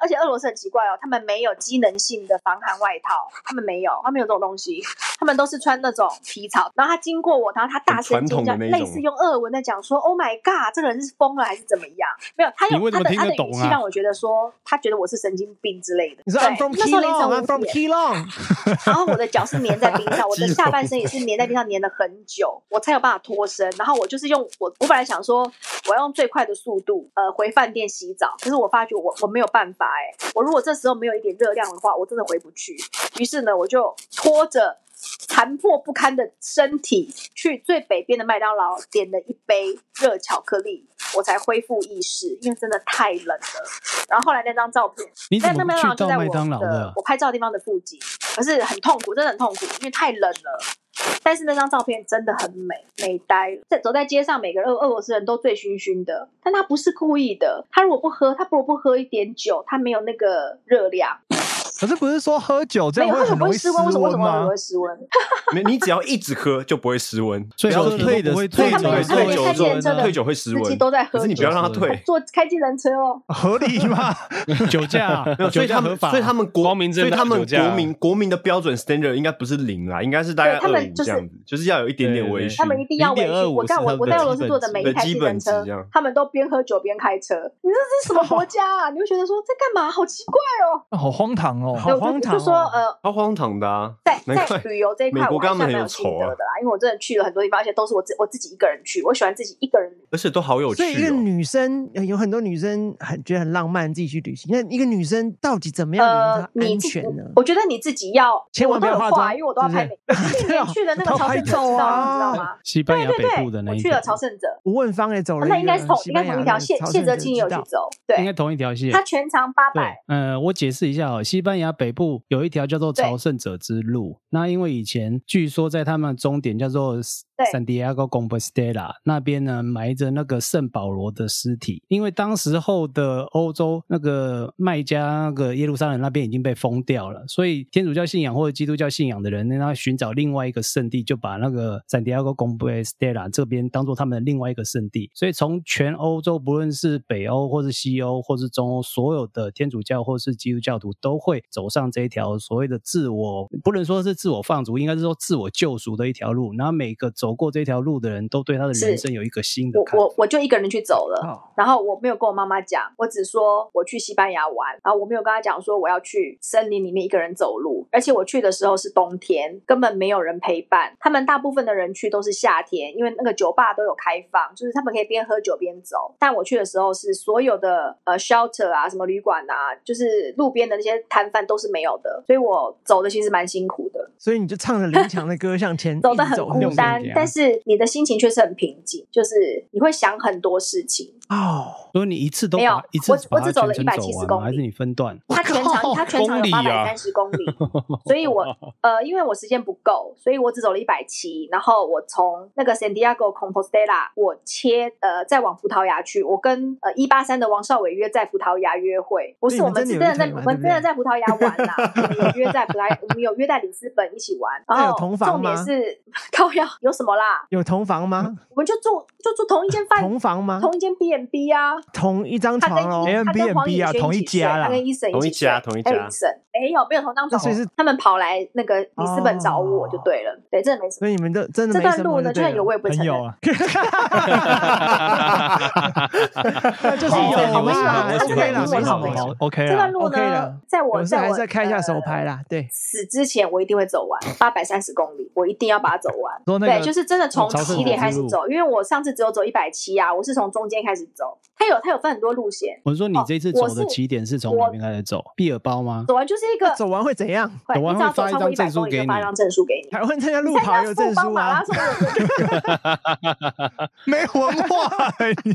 [SPEAKER 1] 而且俄罗斯很奇怪哦，他们没有机能性的防寒外套，他们没有，他们没有这种东西，他们都是穿那种皮草。然后他经过我，然后他大声尖
[SPEAKER 5] 很传统
[SPEAKER 1] 叫，
[SPEAKER 5] 的那一种
[SPEAKER 1] 类似用俄文在讲说：“Oh my god，这个人是疯了还是怎么样？”没有，他
[SPEAKER 7] 你
[SPEAKER 1] 有
[SPEAKER 7] 为什么
[SPEAKER 1] 他的
[SPEAKER 7] 听
[SPEAKER 1] 他
[SPEAKER 7] 得
[SPEAKER 1] 的语
[SPEAKER 7] 懂
[SPEAKER 1] 气
[SPEAKER 7] 啊
[SPEAKER 1] 让我觉得说，他觉得我是神经病之类的。
[SPEAKER 4] 你说
[SPEAKER 1] 对
[SPEAKER 4] I'm from
[SPEAKER 1] 那时候凌晨
[SPEAKER 4] Keelong，I'm
[SPEAKER 1] 五
[SPEAKER 4] from
[SPEAKER 1] 点
[SPEAKER 4] Keelong，
[SPEAKER 1] 然后我的脚是粘在冰上，我的
[SPEAKER 5] 肌肉
[SPEAKER 1] 下半身也是粘在冰上粘了很久，我才有办法脱身。然后我就是用我，我本来想说我要用最快的速度，呃，回饭店洗澡，可是我发觉我我没有办法哎、我如果这时候没有一点热量的话，我真的回不去。于是呢，我就拖着。残破不堪的身体，去最北边的麦当劳点了一杯热巧克力，我才恢复意识，因为真的太冷了。然后后来那张照片，
[SPEAKER 7] 你
[SPEAKER 1] 在
[SPEAKER 7] 怎
[SPEAKER 1] 那
[SPEAKER 7] 么
[SPEAKER 1] 麦当劳
[SPEAKER 7] 去
[SPEAKER 1] 就
[SPEAKER 7] 到
[SPEAKER 1] 在
[SPEAKER 7] 麦当
[SPEAKER 1] 我
[SPEAKER 7] 劳的
[SPEAKER 1] 的
[SPEAKER 7] 啊？
[SPEAKER 1] 我拍照的地方的附近，可是很痛苦，真的很痛苦，因为太冷了。但是那张照片真的很美，美呆了。在走在街上，每个俄俄罗斯人都醉醺醺的，但他不是故意的。他如果不喝，他不如不喝一点酒，他没有那个热量，
[SPEAKER 2] 可是不是说喝酒这
[SPEAKER 1] 没
[SPEAKER 2] 样
[SPEAKER 1] 有
[SPEAKER 2] 会
[SPEAKER 1] 为什么
[SPEAKER 2] 很
[SPEAKER 1] 不
[SPEAKER 2] 容
[SPEAKER 1] 会
[SPEAKER 2] 易
[SPEAKER 1] 失
[SPEAKER 2] 失
[SPEAKER 1] 温？为什么为什么
[SPEAKER 2] 吗
[SPEAKER 1] 我会？失温？
[SPEAKER 5] 没，你只要一直喝就不会失温。
[SPEAKER 7] 所以
[SPEAKER 5] 不要
[SPEAKER 7] 说退的
[SPEAKER 2] 不会
[SPEAKER 7] 退
[SPEAKER 1] 他
[SPEAKER 7] 酒
[SPEAKER 1] 们
[SPEAKER 5] 对
[SPEAKER 7] 的
[SPEAKER 1] 有
[SPEAKER 7] 时
[SPEAKER 1] 他
[SPEAKER 7] 候会
[SPEAKER 1] 们有开计程
[SPEAKER 5] 退酒之后
[SPEAKER 1] 车的
[SPEAKER 5] 退酒会失
[SPEAKER 1] 司机
[SPEAKER 5] 温，
[SPEAKER 1] 都在喝
[SPEAKER 5] 可是你不要
[SPEAKER 1] 酒，
[SPEAKER 5] 让它 退。
[SPEAKER 1] 坐开计程车哦。
[SPEAKER 2] 合理吗？
[SPEAKER 7] 酒驾
[SPEAKER 5] 没，有，所
[SPEAKER 7] 酒
[SPEAKER 5] 以他
[SPEAKER 7] 驾
[SPEAKER 5] 们
[SPEAKER 7] 合法，
[SPEAKER 5] 所以他们国，
[SPEAKER 6] 光明正
[SPEAKER 5] 所以
[SPEAKER 6] 大
[SPEAKER 5] 他们
[SPEAKER 6] 酒驾
[SPEAKER 5] 国民国民的标准 standard 应该不是零啦，应该是大概
[SPEAKER 1] 对他
[SPEAKER 5] 二
[SPEAKER 1] 们
[SPEAKER 5] 五
[SPEAKER 1] 就
[SPEAKER 5] 这
[SPEAKER 1] 是
[SPEAKER 5] 样子，就是要有一点点
[SPEAKER 6] 对对
[SPEAKER 5] 微
[SPEAKER 6] 对
[SPEAKER 5] 醺。
[SPEAKER 1] 他们一定要委屈。
[SPEAKER 7] 0.25
[SPEAKER 1] 我看我
[SPEAKER 7] 是他们的
[SPEAKER 1] 我在俄罗斯坐的每一台
[SPEAKER 5] 基
[SPEAKER 1] 计
[SPEAKER 5] 本
[SPEAKER 1] 程
[SPEAKER 5] 值
[SPEAKER 1] 车
[SPEAKER 5] 基本值这样，
[SPEAKER 1] 他们都边喝酒边开车。你这是什么国家啊？你会觉得说这干嘛？好奇怪哦。
[SPEAKER 2] 好荒唐哦！
[SPEAKER 1] 对，
[SPEAKER 2] 哦。
[SPEAKER 4] 好
[SPEAKER 1] 我就
[SPEAKER 4] 荒唐
[SPEAKER 1] 就说
[SPEAKER 4] 哦
[SPEAKER 1] 呃，
[SPEAKER 5] 超荒唐的啊！
[SPEAKER 1] 在
[SPEAKER 5] 难怪
[SPEAKER 1] 在旅游这一
[SPEAKER 5] 美
[SPEAKER 1] 块，
[SPEAKER 5] 国
[SPEAKER 1] 我还
[SPEAKER 5] 跟他们
[SPEAKER 1] 算蛮
[SPEAKER 5] 很有
[SPEAKER 1] 有心
[SPEAKER 5] 仇
[SPEAKER 1] 得
[SPEAKER 5] 啊
[SPEAKER 1] 的啦，因为我真的去了很多地方，而且都是我自我自己一个人去，我喜欢自己一个人。
[SPEAKER 5] 而且都好有趣
[SPEAKER 4] 所以一个
[SPEAKER 5] 哦。
[SPEAKER 4] 女生呃有很多女生很觉得很浪漫，自己去旅行。那一个女生到底怎么样
[SPEAKER 1] 呃，
[SPEAKER 4] 才
[SPEAKER 1] 你
[SPEAKER 4] 安
[SPEAKER 1] 自己
[SPEAKER 4] 全呢？，
[SPEAKER 1] 我觉得你自己要，
[SPEAKER 4] 千
[SPEAKER 1] 我
[SPEAKER 4] 万
[SPEAKER 1] 都
[SPEAKER 4] 不要
[SPEAKER 1] 有
[SPEAKER 4] 化妆
[SPEAKER 1] 因为我都要拍美。 去年去的那个
[SPEAKER 4] 都
[SPEAKER 1] 朝
[SPEAKER 4] 拍
[SPEAKER 1] 圣者，你
[SPEAKER 4] 照
[SPEAKER 1] 知
[SPEAKER 4] 啊
[SPEAKER 1] 道吗？
[SPEAKER 3] 西班
[SPEAKER 1] 对
[SPEAKER 3] 牙
[SPEAKER 1] 对
[SPEAKER 3] 北部的
[SPEAKER 1] 对，
[SPEAKER 3] 那
[SPEAKER 1] 我
[SPEAKER 3] 一
[SPEAKER 1] 去了
[SPEAKER 3] 个，
[SPEAKER 1] 朝圣者，
[SPEAKER 4] 吴汶芳也走了一个
[SPEAKER 1] 那
[SPEAKER 4] 哦西班牙的，
[SPEAKER 1] 应该是同应该同一条谢谢哲青也有去
[SPEAKER 4] 朝圣者之道
[SPEAKER 1] 走，
[SPEAKER 3] 应
[SPEAKER 1] 对
[SPEAKER 3] 该同一条线。
[SPEAKER 1] 他全长八
[SPEAKER 3] 对
[SPEAKER 1] 百，，
[SPEAKER 3] 呃，我解释一下哦，西班牙北部有一条叫做
[SPEAKER 1] 对
[SPEAKER 3] 朝圣者之路。那因为以前据说在他们终点叫做 San Diego Compostela 那边呢，埋着那个圣保罗的尸体，因为当时候的欧洲那个麦加那个耶路撒冷那边已经被封掉了，所以天主教信仰或者基督教信仰的人，那寻找另外一个圣地，就把那个 San Diego Compostela 这边当做他们的另外一个圣地。所以从全欧洲，不论是北欧或是西欧或是中欧，所有的天主教或是基督教徒都会走上这一条所谓的自我，不能说是自我放逐，应该是说自我救赎的一条路。然后每个走过这条路的人都对他的
[SPEAKER 1] 是
[SPEAKER 3] 人生有一个新的
[SPEAKER 1] 我
[SPEAKER 3] 看法。
[SPEAKER 1] 我我就一个人去走了。
[SPEAKER 4] 哦，
[SPEAKER 1] 然后我没有跟我妈妈讲，我只说我去西班牙玩，然后我没有跟她讲说我要去森林里面一个人走路，而且我去的时候是冬天，根本没有人陪伴。他们大部分的人去都是夏天，因为那个酒吧都有开放，就是他们可以边喝酒边走。但我去的时候是所有的呃 shelter 啊、什么旅馆啊，就是路边的那些摊贩都是没有的，所以我走的其实蛮辛苦的，
[SPEAKER 4] 所以你就唱着林强的歌向前
[SPEAKER 1] 走的
[SPEAKER 4] 一直
[SPEAKER 1] 很
[SPEAKER 4] 走
[SPEAKER 1] 孤
[SPEAKER 4] 六十
[SPEAKER 1] 单
[SPEAKER 4] 天，
[SPEAKER 1] 但是你的心情却是很平静，就是你会想很多事情。
[SPEAKER 4] 哦，
[SPEAKER 3] 所以你一次都
[SPEAKER 1] 没有
[SPEAKER 3] 把一次
[SPEAKER 1] 我
[SPEAKER 3] 把
[SPEAKER 1] 我只
[SPEAKER 3] 它
[SPEAKER 1] 走了
[SPEAKER 3] 全程
[SPEAKER 1] 170
[SPEAKER 3] 完吗
[SPEAKER 1] 公里
[SPEAKER 3] 还是你分段？
[SPEAKER 1] 它全长它全长
[SPEAKER 6] 公
[SPEAKER 1] 有
[SPEAKER 6] 里
[SPEAKER 1] 八
[SPEAKER 6] 呀
[SPEAKER 1] 百三十公里，所以我呃，因为我时间不够，所以我只走了一百七，然后我从那个 San Diego Compostela 我切呃再往葡萄牙去，我跟呃一八三的王少伟约在葡萄牙约会，不是
[SPEAKER 4] 对
[SPEAKER 1] 我
[SPEAKER 4] 你们
[SPEAKER 1] 们是
[SPEAKER 4] 真的
[SPEAKER 1] 真
[SPEAKER 4] 有
[SPEAKER 1] 的
[SPEAKER 4] 一
[SPEAKER 1] 在
[SPEAKER 4] 团
[SPEAKER 1] 我
[SPEAKER 4] 嘛
[SPEAKER 1] 们
[SPEAKER 4] 对
[SPEAKER 1] 真的
[SPEAKER 4] 不对
[SPEAKER 1] 在葡萄牙玩啦，我们有约在葡萄牙，我们有约在里斯本一起玩，然
[SPEAKER 4] 那有
[SPEAKER 1] 后
[SPEAKER 4] 同房
[SPEAKER 1] 重点
[SPEAKER 4] 吗
[SPEAKER 1] 是 靠要有什么啦，
[SPEAKER 4] 有同房吗？
[SPEAKER 1] 我们就住就住同一间饭
[SPEAKER 4] 同房吗？
[SPEAKER 1] 同一间 B B 啊，
[SPEAKER 4] 同一张
[SPEAKER 1] 他
[SPEAKER 4] 床
[SPEAKER 1] 跟
[SPEAKER 4] 喽。
[SPEAKER 2] 哎
[SPEAKER 1] 他跟黄颖
[SPEAKER 2] Airbnb 啊
[SPEAKER 1] 轩
[SPEAKER 2] 同一
[SPEAKER 1] 一起睡
[SPEAKER 2] 家啦
[SPEAKER 1] 他跟医生
[SPEAKER 5] 同一家同一家
[SPEAKER 1] 还有医生没有没有同张
[SPEAKER 4] 那
[SPEAKER 1] 床，
[SPEAKER 4] 所以是
[SPEAKER 1] 他们跑来那个里斯本找我就对了，对，真的没什
[SPEAKER 4] 所
[SPEAKER 1] 么。
[SPEAKER 4] 以你们都真的
[SPEAKER 1] 这
[SPEAKER 4] 没
[SPEAKER 1] 段
[SPEAKER 4] 什
[SPEAKER 1] 路
[SPEAKER 4] 么
[SPEAKER 1] 呢，
[SPEAKER 4] 就
[SPEAKER 1] 就
[SPEAKER 4] 对
[SPEAKER 1] 算有
[SPEAKER 4] 了，
[SPEAKER 1] 我也不会
[SPEAKER 2] 朋
[SPEAKER 1] 承认
[SPEAKER 2] 友。啊，
[SPEAKER 4] 那哦就是
[SPEAKER 1] 好
[SPEAKER 4] 有
[SPEAKER 1] 好
[SPEAKER 4] 嘛
[SPEAKER 1] 好他真的
[SPEAKER 4] 对啦
[SPEAKER 1] 英文
[SPEAKER 4] 没什
[SPEAKER 1] 好
[SPEAKER 4] 么
[SPEAKER 1] 朋友
[SPEAKER 2] 好啊 OK
[SPEAKER 1] 这段
[SPEAKER 2] 了，
[SPEAKER 1] 路
[SPEAKER 4] OK 啦
[SPEAKER 1] 呢，在我
[SPEAKER 4] 有事
[SPEAKER 1] 在
[SPEAKER 4] 还
[SPEAKER 1] 我
[SPEAKER 4] 是要看一下手
[SPEAKER 1] 呃
[SPEAKER 4] 牌啦。对，
[SPEAKER 1] 死之前我一定会走完八百三十公里，我一定要把它走完。
[SPEAKER 2] 说那个
[SPEAKER 1] 对，就是真的从
[SPEAKER 3] 朝圣
[SPEAKER 1] 起点
[SPEAKER 3] 之
[SPEAKER 1] 开始
[SPEAKER 3] 路
[SPEAKER 1] 走，因为我上次只有走一百七啊，我是从中间开始走。它有它有分很多路线，
[SPEAKER 3] 我是说你
[SPEAKER 1] 哦
[SPEAKER 3] 这次
[SPEAKER 1] 我
[SPEAKER 3] 走的
[SPEAKER 1] 是
[SPEAKER 3] 起点是从哪边开始走？毕尔包吗？
[SPEAKER 1] 走完就是一个
[SPEAKER 4] 走完会怎样？
[SPEAKER 1] 快，
[SPEAKER 3] 走完
[SPEAKER 1] 你只要
[SPEAKER 3] 会发
[SPEAKER 1] 走超
[SPEAKER 3] 一
[SPEAKER 1] 过
[SPEAKER 3] 张
[SPEAKER 1] 一百
[SPEAKER 3] 证书
[SPEAKER 1] 公里
[SPEAKER 3] 给
[SPEAKER 1] 就发
[SPEAKER 3] 你
[SPEAKER 1] 一张证书给你。
[SPEAKER 4] 台湾参加路
[SPEAKER 1] 参
[SPEAKER 4] 跑
[SPEAKER 1] 加
[SPEAKER 4] 有证
[SPEAKER 1] 富邦
[SPEAKER 4] 书
[SPEAKER 1] 马
[SPEAKER 4] 啊
[SPEAKER 1] 拉？松有证书
[SPEAKER 2] 没文化，你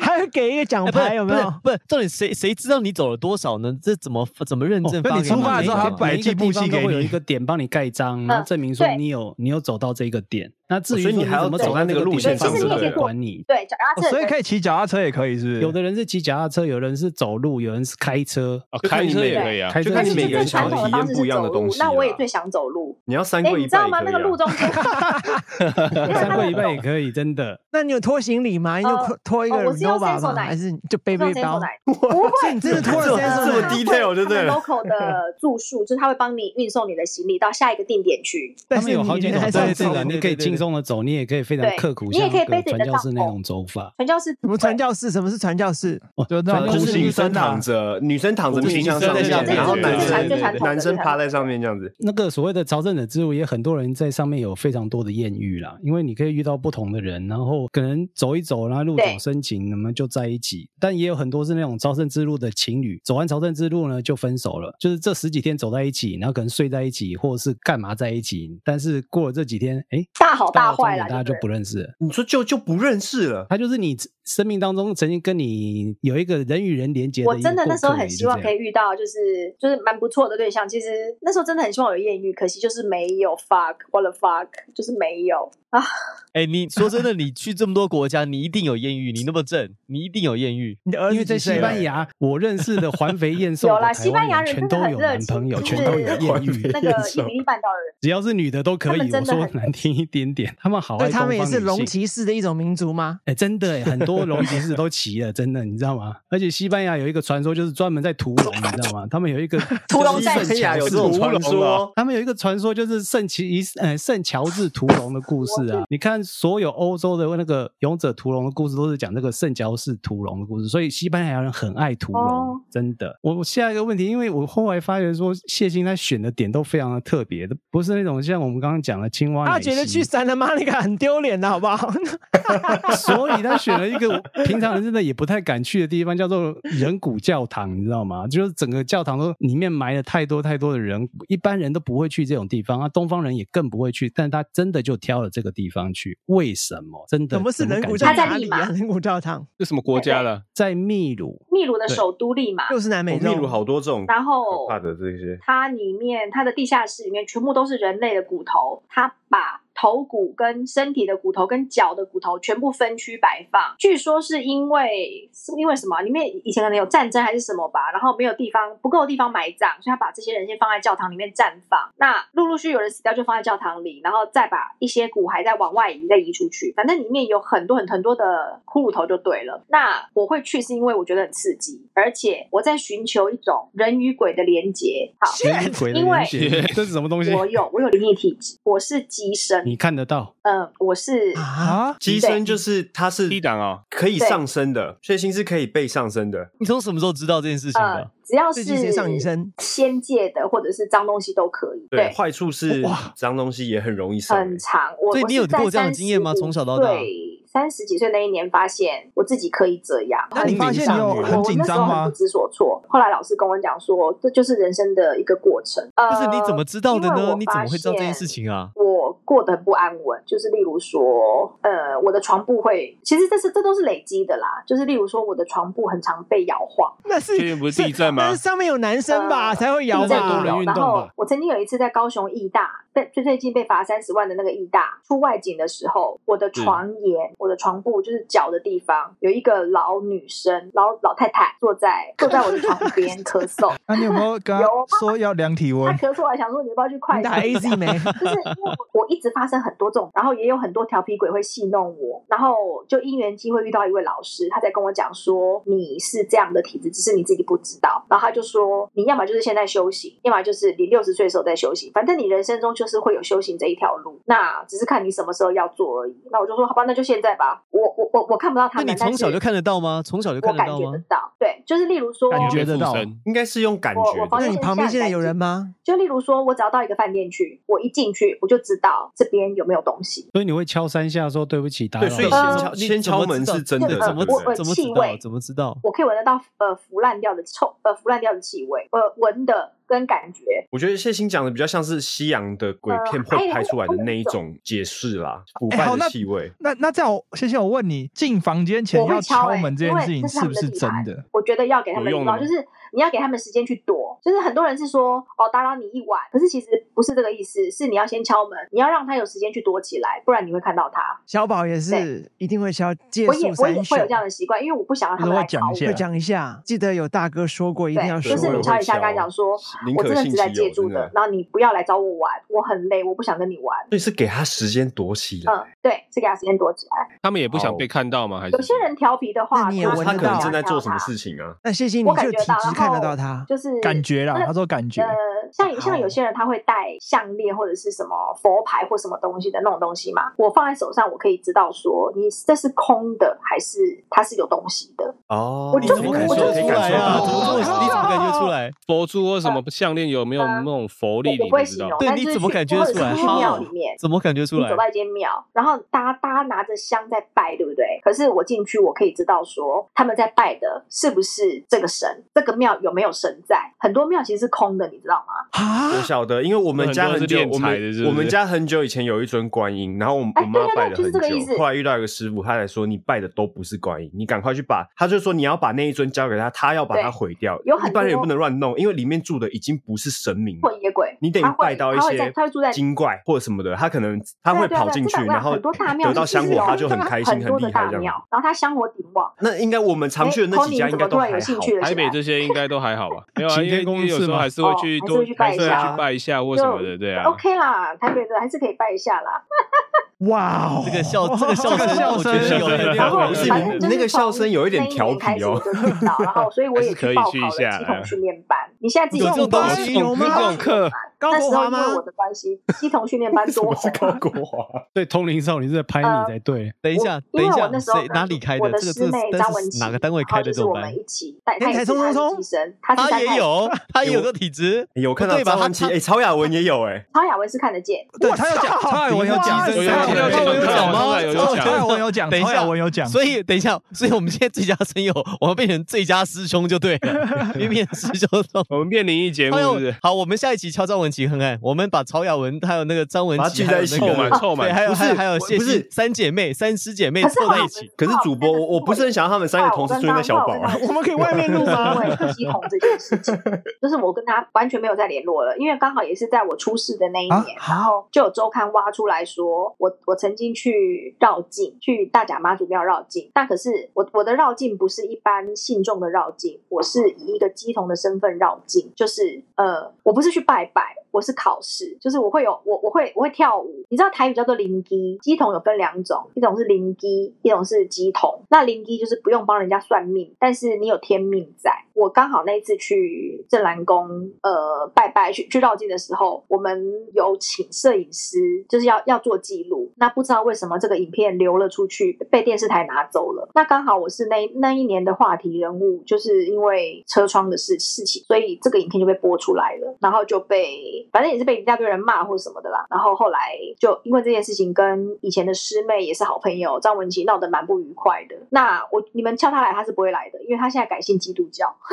[SPEAKER 4] 还会给一个奖
[SPEAKER 7] 哎不是
[SPEAKER 4] 牌有没有？
[SPEAKER 7] 不是，不是到底谁谁知道你走了多少呢？这怎么怎么认
[SPEAKER 3] 哦
[SPEAKER 7] 证
[SPEAKER 2] 那
[SPEAKER 7] 发给？
[SPEAKER 2] 你出发的时候
[SPEAKER 7] 每
[SPEAKER 2] 他
[SPEAKER 7] 一个
[SPEAKER 2] 摆
[SPEAKER 3] 每一个
[SPEAKER 2] 计步
[SPEAKER 3] 地
[SPEAKER 2] 器
[SPEAKER 3] 方都
[SPEAKER 2] 给
[SPEAKER 3] 会有
[SPEAKER 2] 你
[SPEAKER 3] 一个点帮你盖章，然后
[SPEAKER 1] 嗯
[SPEAKER 3] 证明说
[SPEAKER 1] 对
[SPEAKER 3] 你有你有走到这个点。那至于
[SPEAKER 5] 所以
[SPEAKER 3] 说
[SPEAKER 5] 你还要
[SPEAKER 3] 怎么
[SPEAKER 5] 走
[SPEAKER 3] 走
[SPEAKER 5] 在
[SPEAKER 3] 到
[SPEAKER 5] 那
[SPEAKER 3] 这
[SPEAKER 5] 个路
[SPEAKER 3] 点
[SPEAKER 5] 线
[SPEAKER 3] 上
[SPEAKER 1] 上
[SPEAKER 3] 面
[SPEAKER 1] 对
[SPEAKER 3] 不管你。
[SPEAKER 1] 对，脚踏
[SPEAKER 2] 哦
[SPEAKER 1] 车，
[SPEAKER 2] 所以可
[SPEAKER 1] 以。
[SPEAKER 2] 以骑脚踏车也可以，是不是？
[SPEAKER 3] 有的人是骑脚踏车，有人是走路，有人是开车。
[SPEAKER 6] 啊
[SPEAKER 5] 就看
[SPEAKER 6] 开
[SPEAKER 5] 你
[SPEAKER 6] 车
[SPEAKER 5] 每
[SPEAKER 6] 也
[SPEAKER 1] 个
[SPEAKER 6] 可以啊，
[SPEAKER 3] 开车
[SPEAKER 5] 就看你
[SPEAKER 3] 是
[SPEAKER 5] 每
[SPEAKER 1] 最
[SPEAKER 5] 个人想
[SPEAKER 1] 传
[SPEAKER 5] 要
[SPEAKER 1] 统的方
[SPEAKER 5] 体验
[SPEAKER 1] 式
[SPEAKER 5] 不
[SPEAKER 1] 是
[SPEAKER 5] 一样的
[SPEAKER 1] 走
[SPEAKER 5] 东
[SPEAKER 1] 路
[SPEAKER 5] 西，啦。啊
[SPEAKER 1] 那我也最想走路。
[SPEAKER 5] 你要三
[SPEAKER 1] 哎，
[SPEAKER 5] 跪
[SPEAKER 1] 你
[SPEAKER 5] 一
[SPEAKER 1] 知道
[SPEAKER 5] 拜
[SPEAKER 1] 吗？
[SPEAKER 5] 也
[SPEAKER 1] 那个
[SPEAKER 5] 可以
[SPEAKER 1] 路中
[SPEAKER 5] 啊。
[SPEAKER 1] 间，因为
[SPEAKER 3] 三
[SPEAKER 1] 它
[SPEAKER 3] 跪
[SPEAKER 1] 的
[SPEAKER 3] 一拜也可以，真的。
[SPEAKER 4] 那你有拖行李吗？你有
[SPEAKER 1] 呃
[SPEAKER 4] 拖拖一个
[SPEAKER 1] 哦我是用
[SPEAKER 4] Nova 吗？
[SPEAKER 1] Sensodyne
[SPEAKER 4] 还是你就背
[SPEAKER 1] 不
[SPEAKER 4] 背
[SPEAKER 1] 用 Sensodyne
[SPEAKER 4] 包？
[SPEAKER 1] 不
[SPEAKER 4] 所
[SPEAKER 1] 会
[SPEAKER 4] 以。你真的拖
[SPEAKER 5] 这
[SPEAKER 4] 了
[SPEAKER 5] 么这么
[SPEAKER 4] Sensodyne 吗
[SPEAKER 5] 低 detail 就
[SPEAKER 1] 就
[SPEAKER 5] 对了
[SPEAKER 1] local 的住宿，就是他会帮你运送你的行李到下一个定点去。
[SPEAKER 4] 但
[SPEAKER 3] 他
[SPEAKER 4] 是
[SPEAKER 3] 们有
[SPEAKER 4] 你
[SPEAKER 3] 好几
[SPEAKER 4] 人
[SPEAKER 3] 种
[SPEAKER 4] 还是
[SPEAKER 3] 对
[SPEAKER 4] 要
[SPEAKER 3] 对
[SPEAKER 4] 走
[SPEAKER 3] 的，你可以轻松的走，你也可以非常
[SPEAKER 1] 对
[SPEAKER 3] 刻苦，
[SPEAKER 1] 你也
[SPEAKER 3] 像
[SPEAKER 1] 可以
[SPEAKER 3] 那
[SPEAKER 1] 背
[SPEAKER 3] 个
[SPEAKER 1] 着你的
[SPEAKER 3] 传教
[SPEAKER 1] 帐
[SPEAKER 3] 士那种
[SPEAKER 1] 篷
[SPEAKER 3] 走法。
[SPEAKER 1] 传教士
[SPEAKER 4] 什么传教士？什么是传教士？
[SPEAKER 2] 就那
[SPEAKER 3] 反
[SPEAKER 2] 种
[SPEAKER 3] 正
[SPEAKER 5] 就
[SPEAKER 2] 步
[SPEAKER 5] 是
[SPEAKER 2] 行
[SPEAKER 5] 女
[SPEAKER 2] 僧
[SPEAKER 5] 生
[SPEAKER 2] 啊
[SPEAKER 5] 躺，着，女生躺着
[SPEAKER 6] 女
[SPEAKER 5] 平
[SPEAKER 6] 生
[SPEAKER 5] 向上
[SPEAKER 6] 在
[SPEAKER 5] 面，
[SPEAKER 6] 下面
[SPEAKER 5] 然后男
[SPEAKER 1] 对
[SPEAKER 5] 生
[SPEAKER 1] 对对对
[SPEAKER 5] 男生趴在上面这样子。
[SPEAKER 3] 那个所谓的朝圣者之路，也很多人在上面有非常多的艳遇啦，因为你可以遇到不同的人，然后可能走一走，然后路
[SPEAKER 1] 对
[SPEAKER 3] 走深情，那么就在一起。但也有很多是那种朝圣之路的情侣，走完朝圣之路呢就分手了，就是这十几天走在一起，然后可能睡在一起，或者是干嘛在一起，但是过了这几天，哎，
[SPEAKER 1] 大好大
[SPEAKER 3] 到了终
[SPEAKER 1] 坏
[SPEAKER 3] 点
[SPEAKER 1] 啦，
[SPEAKER 3] 大家就
[SPEAKER 1] 对
[SPEAKER 3] 不认识了。
[SPEAKER 5] 你说就就不认识了，
[SPEAKER 3] 他就是你生命当中曾经跟你有一个人与人连接的
[SPEAKER 1] 我
[SPEAKER 3] 一个过客而
[SPEAKER 1] 真的
[SPEAKER 3] 已，
[SPEAKER 1] 那时候很希望
[SPEAKER 3] 就这
[SPEAKER 1] 可
[SPEAKER 3] 样
[SPEAKER 1] 以遇到，就是就是蛮不错的对象。其实那时候真的很希望有艳遇，可惜就是没有。fuck，what the fuck，就是没有。
[SPEAKER 7] 哎，你说真的，你去这么多国家，你一定有艳遇，你那么正，你一定有艳遇。
[SPEAKER 4] 你的儿
[SPEAKER 3] 因
[SPEAKER 4] 子
[SPEAKER 3] 为在
[SPEAKER 4] 几岁
[SPEAKER 3] 西
[SPEAKER 4] 了
[SPEAKER 3] 班牙，我认识的环肥燕瘦的
[SPEAKER 1] 有啦
[SPEAKER 3] 台
[SPEAKER 1] 西班牙
[SPEAKER 3] 湾
[SPEAKER 1] 人
[SPEAKER 3] 全
[SPEAKER 1] 真的
[SPEAKER 3] 都
[SPEAKER 1] 很
[SPEAKER 3] 有
[SPEAKER 1] 热
[SPEAKER 3] 男
[SPEAKER 1] 情
[SPEAKER 3] 朋友，
[SPEAKER 1] 就
[SPEAKER 3] 全都有
[SPEAKER 1] 是
[SPEAKER 3] 艳遇
[SPEAKER 1] 那个
[SPEAKER 5] 验收
[SPEAKER 1] 伊比利半岛的人，
[SPEAKER 3] 只要是女的都可
[SPEAKER 1] 他们
[SPEAKER 3] 以。
[SPEAKER 1] 真
[SPEAKER 3] 我
[SPEAKER 1] 的
[SPEAKER 3] 说
[SPEAKER 1] 很
[SPEAKER 3] 难听一点观点，他们好爱
[SPEAKER 4] 对他们也
[SPEAKER 3] 东方
[SPEAKER 4] 是
[SPEAKER 3] 女
[SPEAKER 4] 龙
[SPEAKER 3] 性
[SPEAKER 4] 骑士的一种民族吗？
[SPEAKER 3] 哎、真的哎，很多龙骑士都骑了，真的，你知道吗？而且西班牙有一个传说，就是专门在屠龙，你知道吗？他们有 一个
[SPEAKER 1] 屠龙战
[SPEAKER 3] 就是圣
[SPEAKER 5] 西班
[SPEAKER 3] 乔
[SPEAKER 5] 牙有
[SPEAKER 3] 治
[SPEAKER 5] 这种传
[SPEAKER 6] 屠龙啊
[SPEAKER 5] 说，
[SPEAKER 3] 他们有一个传说，就是圣骑呃圣乔治屠龙的故 事啊。你看，所有欧洲的那个勇者屠龙的故事，都是讲这个圣乔治屠龙的故事。所以西班牙人很爱屠龙，
[SPEAKER 1] 哦
[SPEAKER 3] 真的。我下一个问题，因为我后来发觉说，谢欣他选的点都非常的特别，不是那种像我们刚刚讲的青蛙。
[SPEAKER 4] 他觉得去三的玛丽卡很丢脸的好不好？
[SPEAKER 3] 所以他选了一个 平常人真的也不太敢去的地方，叫做人骨教堂，你知道吗？就是整个教堂都里面埋了太多太多的人骨，一般人都不会去这种地方啊，东方人也更不会去，但他真的就挑了这个地方去，为什么？真的
[SPEAKER 4] 怎么是人骨
[SPEAKER 3] 骨
[SPEAKER 4] 教
[SPEAKER 1] 他在
[SPEAKER 4] 堂
[SPEAKER 1] 利
[SPEAKER 4] 啊？
[SPEAKER 1] 马
[SPEAKER 4] 人骨 教堂
[SPEAKER 6] 这什么国家了？
[SPEAKER 3] 在秘鲁，
[SPEAKER 1] 秘鲁的首都利马，
[SPEAKER 4] 又是南美
[SPEAKER 5] 哦
[SPEAKER 4] 洲，
[SPEAKER 5] 秘鲁好多这种
[SPEAKER 1] 然后
[SPEAKER 5] 可怕的这些，
[SPEAKER 1] 它里面它的地下室里面全部都是人类的骨头，它把头骨跟身体的骨头跟脚的骨头全部分区摆放。据说是因为是因为什么？里面以前可能有战争还是什么吧，然后没有地方不够地方埋葬，所以他把这些人先放在教堂里面绽放。那陆陆续续有人死掉就放在教堂里，然后再把一些骨骸再往外移，再移出去。反正里面有很多很很多的骷髅头就对了。那我会去是因为我觉得很刺激，而且我在寻求一种人与鬼的连结。好，
[SPEAKER 3] 人骨鬼的连
[SPEAKER 6] 因
[SPEAKER 3] 接，这是什么东西？
[SPEAKER 1] 我有，我有灵异体质，我是机身，
[SPEAKER 3] 你看得到？
[SPEAKER 1] 嗯，我是
[SPEAKER 4] 啊，
[SPEAKER 2] 啊，
[SPEAKER 5] 机身就是它是
[SPEAKER 6] 低档啊，
[SPEAKER 5] 可以上升的，血腥是可以被上升的。
[SPEAKER 7] 你从什么时候知道这件事情
[SPEAKER 1] 呃
[SPEAKER 7] 的？，
[SPEAKER 1] 只要
[SPEAKER 4] 自
[SPEAKER 1] 是
[SPEAKER 4] 己先上女生
[SPEAKER 1] 仙界的或者是脏东西都可以，
[SPEAKER 5] 对，坏处是
[SPEAKER 3] 哇
[SPEAKER 5] 脏东西也很容易上欸
[SPEAKER 1] 很长。我
[SPEAKER 7] 所以
[SPEAKER 1] 我
[SPEAKER 7] 你
[SPEAKER 1] 是
[SPEAKER 7] 有
[SPEAKER 1] 在
[SPEAKER 7] 过这样的
[SPEAKER 1] 30
[SPEAKER 7] 经验吗从小到大
[SPEAKER 1] 对，三十几岁那一年，发现我自己可以这样。
[SPEAKER 2] 那你
[SPEAKER 1] 很
[SPEAKER 2] 发现你有
[SPEAKER 1] 我
[SPEAKER 2] 很紧
[SPEAKER 1] 我
[SPEAKER 2] 张
[SPEAKER 1] 那时候
[SPEAKER 2] 吗
[SPEAKER 1] 很不？知所措。后来老师跟我讲说，这就是人生的一个过程。呃，
[SPEAKER 7] 就是你怎么知道的
[SPEAKER 1] 因为
[SPEAKER 7] 呢
[SPEAKER 1] 我？
[SPEAKER 7] 你怎么会知道这件
[SPEAKER 1] 发现
[SPEAKER 7] 事情啊？
[SPEAKER 1] 我过得很不安稳，就是例如说，呃，我的床布会，其实这是这都是累积的啦。就是例如说，我的床布很常被摇晃，
[SPEAKER 4] 那
[SPEAKER 6] 确
[SPEAKER 4] 是
[SPEAKER 6] 定不是地震
[SPEAKER 4] 那
[SPEAKER 6] 吗
[SPEAKER 4] 是？上面有男生吧
[SPEAKER 1] 呃
[SPEAKER 4] 才会摇
[SPEAKER 1] 地震有
[SPEAKER 4] 吧？
[SPEAKER 3] 人运动吧
[SPEAKER 1] 然后我曾经有一次在高雄义大，被最最近被罚三十万的那个义大出外景的时候，我的床沿、我的床布就是脚的地方，有一个老女生、老老太太坐在坐在我的床边咳嗽，
[SPEAKER 2] 那你有没有跟他
[SPEAKER 1] 有啊
[SPEAKER 2] 说要量体
[SPEAKER 1] 她
[SPEAKER 2] 温？
[SPEAKER 1] 咳嗽，我还想说你要不要去快
[SPEAKER 4] 你
[SPEAKER 1] 点
[SPEAKER 4] 打 A Z 没？
[SPEAKER 1] 就是因为我我一直发生很多这种，然后也有很多调皮鬼会戏弄我，然后就因缘机会遇到一位老师，他在跟我讲说你是这样的体质，只是你自己不知道。然后他就说你要么就是现在修行，要么就是你六十岁的时候再修行，反正你人生中就是会有修行这一条路，那只是看你什么时候要做而已。那我就说好吧，那就现在吧。我我我我看不到他
[SPEAKER 7] 那
[SPEAKER 1] 们，
[SPEAKER 7] 你从小
[SPEAKER 1] 但是
[SPEAKER 7] 就看得到吗？从小就看
[SPEAKER 1] 我
[SPEAKER 7] 得
[SPEAKER 1] 感
[SPEAKER 7] 到
[SPEAKER 1] 觉得
[SPEAKER 7] 吗？
[SPEAKER 1] 到，对，就是例如说，
[SPEAKER 2] 感觉
[SPEAKER 6] 被
[SPEAKER 2] 得
[SPEAKER 6] 附
[SPEAKER 2] 到
[SPEAKER 6] 身
[SPEAKER 5] 应该是用感
[SPEAKER 1] 我
[SPEAKER 5] 觉
[SPEAKER 1] 我房
[SPEAKER 5] 的
[SPEAKER 1] 间
[SPEAKER 4] 那你旁边现在有人吗？
[SPEAKER 1] 就例如说我只要到一个饭店去，我一进去我就知道这边有没有东西。
[SPEAKER 3] 所以你会敲三下说对不起，打扰了。
[SPEAKER 5] 对，所以先
[SPEAKER 1] 呃
[SPEAKER 5] 敲
[SPEAKER 7] 你
[SPEAKER 5] 先
[SPEAKER 7] 怎么
[SPEAKER 5] 敲门
[SPEAKER 7] 知道
[SPEAKER 5] 是真的，
[SPEAKER 1] 这
[SPEAKER 5] 对
[SPEAKER 1] 个
[SPEAKER 7] 怎么
[SPEAKER 5] 不对
[SPEAKER 3] 呃
[SPEAKER 1] 我
[SPEAKER 7] 怎么
[SPEAKER 1] 气
[SPEAKER 7] 知道？
[SPEAKER 1] 味
[SPEAKER 7] 怎么知道？
[SPEAKER 1] 我可以闻得到呃腐烂掉的臭呃腐烂掉的气味，呃闻的跟感觉。
[SPEAKER 5] 我觉得谢欣讲的比较像是西洋的鬼片
[SPEAKER 1] 呃还
[SPEAKER 5] 会
[SPEAKER 1] 有
[SPEAKER 5] 拍出来的那一种解释啦，腐
[SPEAKER 2] 哎好
[SPEAKER 5] 败
[SPEAKER 2] 那
[SPEAKER 5] 的气味。
[SPEAKER 2] 那那这样我，谢谢我问你，进房间前
[SPEAKER 1] 我会
[SPEAKER 2] 要
[SPEAKER 1] 敲
[SPEAKER 2] 敲
[SPEAKER 1] 欸
[SPEAKER 2] 门这件
[SPEAKER 1] 因为
[SPEAKER 2] 事情
[SPEAKER 1] 这是
[SPEAKER 2] 是
[SPEAKER 1] 他
[SPEAKER 2] 不
[SPEAKER 1] 们的
[SPEAKER 2] 是
[SPEAKER 1] 地
[SPEAKER 2] 真
[SPEAKER 1] 盘
[SPEAKER 2] 的？
[SPEAKER 1] 我觉得要给他们
[SPEAKER 6] 有
[SPEAKER 1] 礼
[SPEAKER 6] 用
[SPEAKER 1] 貌，
[SPEAKER 6] 的
[SPEAKER 1] 就
[SPEAKER 6] 吗
[SPEAKER 1] 是你要给他们时间去躲。就是很多人是说哦打扰你一晚，可是其实不是这个意思，是你要先敲门，你要让他有时间去躲起来，不然你会看到他。
[SPEAKER 4] 小宝也是一定会敲借
[SPEAKER 1] 我也
[SPEAKER 4] 宿
[SPEAKER 1] 我也会
[SPEAKER 4] 三
[SPEAKER 1] 有
[SPEAKER 4] 选
[SPEAKER 1] 这，样的习惯，因为我不想让他们
[SPEAKER 2] 我
[SPEAKER 1] 来
[SPEAKER 2] 会讲
[SPEAKER 1] 吵
[SPEAKER 2] 一
[SPEAKER 1] 我。
[SPEAKER 2] 下
[SPEAKER 4] 会讲一下。记得有大哥说过，一定要
[SPEAKER 1] 对，
[SPEAKER 4] 说
[SPEAKER 1] 就。是
[SPEAKER 5] 我
[SPEAKER 1] 你
[SPEAKER 5] 也
[SPEAKER 1] 敲
[SPEAKER 5] 会
[SPEAKER 1] 一下，
[SPEAKER 5] 敲
[SPEAKER 1] 跟他讲说
[SPEAKER 5] 宁，
[SPEAKER 1] 我
[SPEAKER 5] 可
[SPEAKER 1] 真的
[SPEAKER 5] 信
[SPEAKER 1] 只在
[SPEAKER 5] 其
[SPEAKER 1] 借
[SPEAKER 5] 有
[SPEAKER 1] 住
[SPEAKER 5] 真的
[SPEAKER 1] 的，然后你不要来找我玩，我很累，我不想跟你玩。
[SPEAKER 5] 所以是给他时间躲起来
[SPEAKER 1] 嗯，，对，是给他时间躲起来。
[SPEAKER 6] 他们也不想
[SPEAKER 5] 哦
[SPEAKER 6] 被看到吗？还是
[SPEAKER 1] 有些人调皮的话，
[SPEAKER 4] 那你也
[SPEAKER 5] 那
[SPEAKER 4] 闻
[SPEAKER 5] 他
[SPEAKER 4] 得
[SPEAKER 5] 可能
[SPEAKER 4] 到
[SPEAKER 5] 正在做什么
[SPEAKER 1] 情？
[SPEAKER 5] 事情啊？
[SPEAKER 4] 那谢欣，你
[SPEAKER 1] 我感
[SPEAKER 4] 就体
[SPEAKER 1] 觉到
[SPEAKER 4] 质
[SPEAKER 1] 然
[SPEAKER 4] 看得
[SPEAKER 1] 后
[SPEAKER 4] 到他，
[SPEAKER 1] 就是
[SPEAKER 2] 感觉啦，
[SPEAKER 1] 那
[SPEAKER 2] 他说感觉。
[SPEAKER 1] 呃，像像有些人他会戴项链或者是什么佛牌或什么东西的那种东西嘛，我放在手上，我可以知道说你这是空的还是它是有东西的。
[SPEAKER 5] 哦
[SPEAKER 1] 我
[SPEAKER 5] 你
[SPEAKER 1] 就
[SPEAKER 5] 可以
[SPEAKER 1] 我
[SPEAKER 5] 感
[SPEAKER 1] 就
[SPEAKER 5] 受
[SPEAKER 1] 觉
[SPEAKER 5] 到，
[SPEAKER 1] 得
[SPEAKER 5] 可以
[SPEAKER 7] 出来
[SPEAKER 5] 感受
[SPEAKER 7] 啊？
[SPEAKER 5] 到
[SPEAKER 7] 怎么
[SPEAKER 5] 哦。
[SPEAKER 7] 你怎么感觉出来？
[SPEAKER 6] 佛珠或什么项链有没有那种佛力？
[SPEAKER 1] 我
[SPEAKER 6] 你
[SPEAKER 1] 我不会
[SPEAKER 6] 不知
[SPEAKER 1] 形
[SPEAKER 6] 道
[SPEAKER 1] 容，
[SPEAKER 7] 对
[SPEAKER 1] 但
[SPEAKER 7] 你
[SPEAKER 1] 是
[SPEAKER 7] 怎么
[SPEAKER 1] 去
[SPEAKER 7] 感觉
[SPEAKER 1] 或
[SPEAKER 7] 得
[SPEAKER 1] 者
[SPEAKER 7] 出
[SPEAKER 1] 是
[SPEAKER 7] 来
[SPEAKER 1] 去
[SPEAKER 7] 哈
[SPEAKER 1] 庙里面，
[SPEAKER 7] 怎么感觉出
[SPEAKER 1] 你
[SPEAKER 7] 来
[SPEAKER 1] 走？到一间庙，然后大家大家拿着香在拜，对不对？可是我进去，我可以知道说他们在拜的是不是这个神，这个庙有没有神在？很多庙其实是空的，你知道吗？
[SPEAKER 5] 我
[SPEAKER 4] 啊，
[SPEAKER 5] 晓得，因为我们家很久，
[SPEAKER 6] 很
[SPEAKER 5] 我
[SPEAKER 6] 多是练财的是
[SPEAKER 5] 们
[SPEAKER 6] 不是
[SPEAKER 5] 我们家很久以前有一尊观音，然后我
[SPEAKER 1] 哎
[SPEAKER 5] 我妈
[SPEAKER 1] 对对对
[SPEAKER 5] 拜了
[SPEAKER 1] 就是
[SPEAKER 5] 很
[SPEAKER 1] 这个意思
[SPEAKER 5] 久，后来遇到一个师傅，他才说你拜的都不是观音，你赶快去把，他就说你要把那一尊交给他，他要把它
[SPEAKER 1] 对
[SPEAKER 5] 毁掉，
[SPEAKER 1] 有很
[SPEAKER 5] 一般人也
[SPEAKER 1] 多
[SPEAKER 5] 不能乱弄，因为里面住的已经不是神明了，
[SPEAKER 1] 混野鬼，
[SPEAKER 5] 嗯你等于
[SPEAKER 1] 他会
[SPEAKER 5] 拜到一
[SPEAKER 1] 他会
[SPEAKER 5] 些
[SPEAKER 1] 在他会住在
[SPEAKER 5] 精怪或者什么的，他可能他
[SPEAKER 1] 对啊
[SPEAKER 5] 会
[SPEAKER 1] 对
[SPEAKER 5] 跑
[SPEAKER 1] 对
[SPEAKER 5] 进
[SPEAKER 1] 这
[SPEAKER 5] 去，
[SPEAKER 1] 种
[SPEAKER 5] 然后
[SPEAKER 1] 很多大庙
[SPEAKER 5] 得到
[SPEAKER 1] 其实
[SPEAKER 5] 香火
[SPEAKER 1] 有，啊
[SPEAKER 5] 他就很开心
[SPEAKER 1] 很多
[SPEAKER 5] 很
[SPEAKER 1] 的
[SPEAKER 5] 厉害
[SPEAKER 1] 大
[SPEAKER 5] 这样
[SPEAKER 1] 庙。，然后他香火鼎旺。
[SPEAKER 5] 那应该我们常去的那几家应该都还
[SPEAKER 1] 哎 Tony，你怎么突然有兴趣 了
[SPEAKER 5] 好。
[SPEAKER 6] 台北这些应该都还好吧？没有啊，
[SPEAKER 3] 晴
[SPEAKER 6] 因
[SPEAKER 3] 天
[SPEAKER 6] 为
[SPEAKER 3] 公
[SPEAKER 6] 因为有
[SPEAKER 3] 司
[SPEAKER 6] 时候
[SPEAKER 3] 嘛
[SPEAKER 6] 还是会
[SPEAKER 1] 哦
[SPEAKER 6] 去
[SPEAKER 1] 还是
[SPEAKER 6] 多
[SPEAKER 1] 会去拜一
[SPEAKER 6] 是会
[SPEAKER 1] 下
[SPEAKER 6] 去拜一下或什么的，对啊。
[SPEAKER 1] OK 啦，台北的还是可以拜一下啦。
[SPEAKER 4] 哇哦，
[SPEAKER 7] 这个笑，这 个笑
[SPEAKER 2] 这个
[SPEAKER 7] 声，
[SPEAKER 2] 笑
[SPEAKER 7] 我觉得
[SPEAKER 2] 声
[SPEAKER 7] 有一点
[SPEAKER 1] 然后
[SPEAKER 5] 不是
[SPEAKER 1] 反正
[SPEAKER 5] 你
[SPEAKER 1] 就是
[SPEAKER 5] 那
[SPEAKER 1] 从
[SPEAKER 5] 个笑声有一点
[SPEAKER 1] 那年
[SPEAKER 5] 调皮
[SPEAKER 1] 开始
[SPEAKER 5] 哦
[SPEAKER 1] 我就知道，然后所以我也
[SPEAKER 6] 还是可
[SPEAKER 1] 去
[SPEAKER 6] 以
[SPEAKER 1] 报考
[SPEAKER 6] 去一
[SPEAKER 1] 了
[SPEAKER 6] 下
[SPEAKER 1] 系
[SPEAKER 6] 啦
[SPEAKER 1] 统训练班。你现在自己
[SPEAKER 7] 有这种
[SPEAKER 1] 懂吗
[SPEAKER 7] 东西
[SPEAKER 4] 有吗
[SPEAKER 6] 这种课
[SPEAKER 4] 高
[SPEAKER 1] 那时
[SPEAKER 4] 国
[SPEAKER 1] 候
[SPEAKER 4] 华
[SPEAKER 1] 因
[SPEAKER 4] 吗
[SPEAKER 1] 为我的关系，系统训练班
[SPEAKER 5] 怎
[SPEAKER 1] 多
[SPEAKER 5] 么是
[SPEAKER 1] 红啊。
[SPEAKER 5] 高国 华？
[SPEAKER 3] 对，通灵少女是在拍
[SPEAKER 1] 呃
[SPEAKER 3] 你才对。
[SPEAKER 7] 等一下，
[SPEAKER 1] 我
[SPEAKER 7] 等一
[SPEAKER 1] 因为
[SPEAKER 7] 下
[SPEAKER 1] 我那，时候
[SPEAKER 7] 谁
[SPEAKER 1] 呢
[SPEAKER 7] 哪里开
[SPEAKER 1] 我
[SPEAKER 7] 的？
[SPEAKER 1] 的
[SPEAKER 7] 这个
[SPEAKER 1] 师
[SPEAKER 7] 这
[SPEAKER 1] 妹
[SPEAKER 7] 个
[SPEAKER 1] 张
[SPEAKER 7] 是
[SPEAKER 1] 文
[SPEAKER 7] 是
[SPEAKER 1] 琪，
[SPEAKER 7] 哪个单位
[SPEAKER 1] 然后
[SPEAKER 7] 开的
[SPEAKER 1] 就
[SPEAKER 7] 这
[SPEAKER 1] 是
[SPEAKER 7] 种
[SPEAKER 1] 我
[SPEAKER 7] 班
[SPEAKER 1] 们？一起，但
[SPEAKER 4] 连
[SPEAKER 1] 他也
[SPEAKER 4] 台
[SPEAKER 1] 是
[SPEAKER 4] 中
[SPEAKER 1] 他
[SPEAKER 4] 中
[SPEAKER 1] 的
[SPEAKER 4] 中
[SPEAKER 1] 替身，他是
[SPEAKER 7] 他
[SPEAKER 1] 三
[SPEAKER 7] 也
[SPEAKER 1] 代
[SPEAKER 7] 有，他也有
[SPEAKER 5] 有
[SPEAKER 7] 这体质。
[SPEAKER 5] 有看到
[SPEAKER 7] 不对吧
[SPEAKER 5] 张文
[SPEAKER 7] 他
[SPEAKER 5] 琪，
[SPEAKER 7] 他
[SPEAKER 5] 哎，曹雅文也有 哎，
[SPEAKER 1] 曹雅文是看得见，
[SPEAKER 2] 对他有讲，曹雅文有讲，
[SPEAKER 4] 有有
[SPEAKER 2] 曹
[SPEAKER 4] 有
[SPEAKER 2] 雅文
[SPEAKER 7] 有讲吗？
[SPEAKER 6] 有
[SPEAKER 2] 曹
[SPEAKER 6] 有
[SPEAKER 2] 雅文有讲，
[SPEAKER 7] 等一
[SPEAKER 2] 曹雅
[SPEAKER 7] 下，
[SPEAKER 2] 文有讲，
[SPEAKER 7] 所以等一下，所以我们现在最佳声友，我们变成最佳师兄就对 了，明明师兄中。
[SPEAKER 6] 我们变灵异节目
[SPEAKER 7] 还
[SPEAKER 6] 是
[SPEAKER 7] 有
[SPEAKER 6] 不是？
[SPEAKER 7] 好，我们下一期敲张文琪很爱，我们把曹雅文还有那个张文
[SPEAKER 5] 把它
[SPEAKER 7] 琪
[SPEAKER 5] 聚在一起
[SPEAKER 7] 还有那个
[SPEAKER 6] 凑满凑满
[SPEAKER 7] 对还有
[SPEAKER 5] 不是
[SPEAKER 7] 哎还有还有
[SPEAKER 5] 我
[SPEAKER 7] 谢
[SPEAKER 5] 不
[SPEAKER 7] 欣
[SPEAKER 5] 是
[SPEAKER 7] 三姐妹三师姐妹
[SPEAKER 1] 可是
[SPEAKER 7] 凑
[SPEAKER 1] 后
[SPEAKER 7] 在
[SPEAKER 1] 来我
[SPEAKER 7] 一
[SPEAKER 1] 们
[SPEAKER 7] 起。
[SPEAKER 5] 可是主播，我我不是很想要他们三个同时出现在小宝啊。
[SPEAKER 4] 我们可以外面录 吗
[SPEAKER 1] 因为系统这件事情，就是我跟他完全没有再联络了，因为刚好也是在我出事的那一年，
[SPEAKER 5] 啊，
[SPEAKER 1] 然后就有周刊挖出来说，我我曾经去绕境，去大甲妈祖庙绕境，但可是我我的绕境不是一般信众的绕境，我是以一个鸡童的身份绕境，就是呃，我不是去拜拜，我是考试，就是我会有我我会我会跳舞，你知道台语叫做灵机，鸡童有分两种，一种是灵机，一种是鸡童。那灵机就是不用帮人家算命，但是你有天命在。我刚好那一次去镇澜宫呃拜拜去去绕境的时候，我们有请摄影师，就是要要做记录。那不知道为什么这个影片流了出去，被电视台拿走了。那刚好我是那那一年的话题人物，就是因为车窗的事事情，所以这个影片就被播出来了，然后就被反正也是被一大堆人骂或什么的啦。然后后来就因为这件事情跟以前的师妹也是好朋友张文琪闹得蛮不愉快的。那我你们叫他来，他是不会来的，因为他现在改信基督教。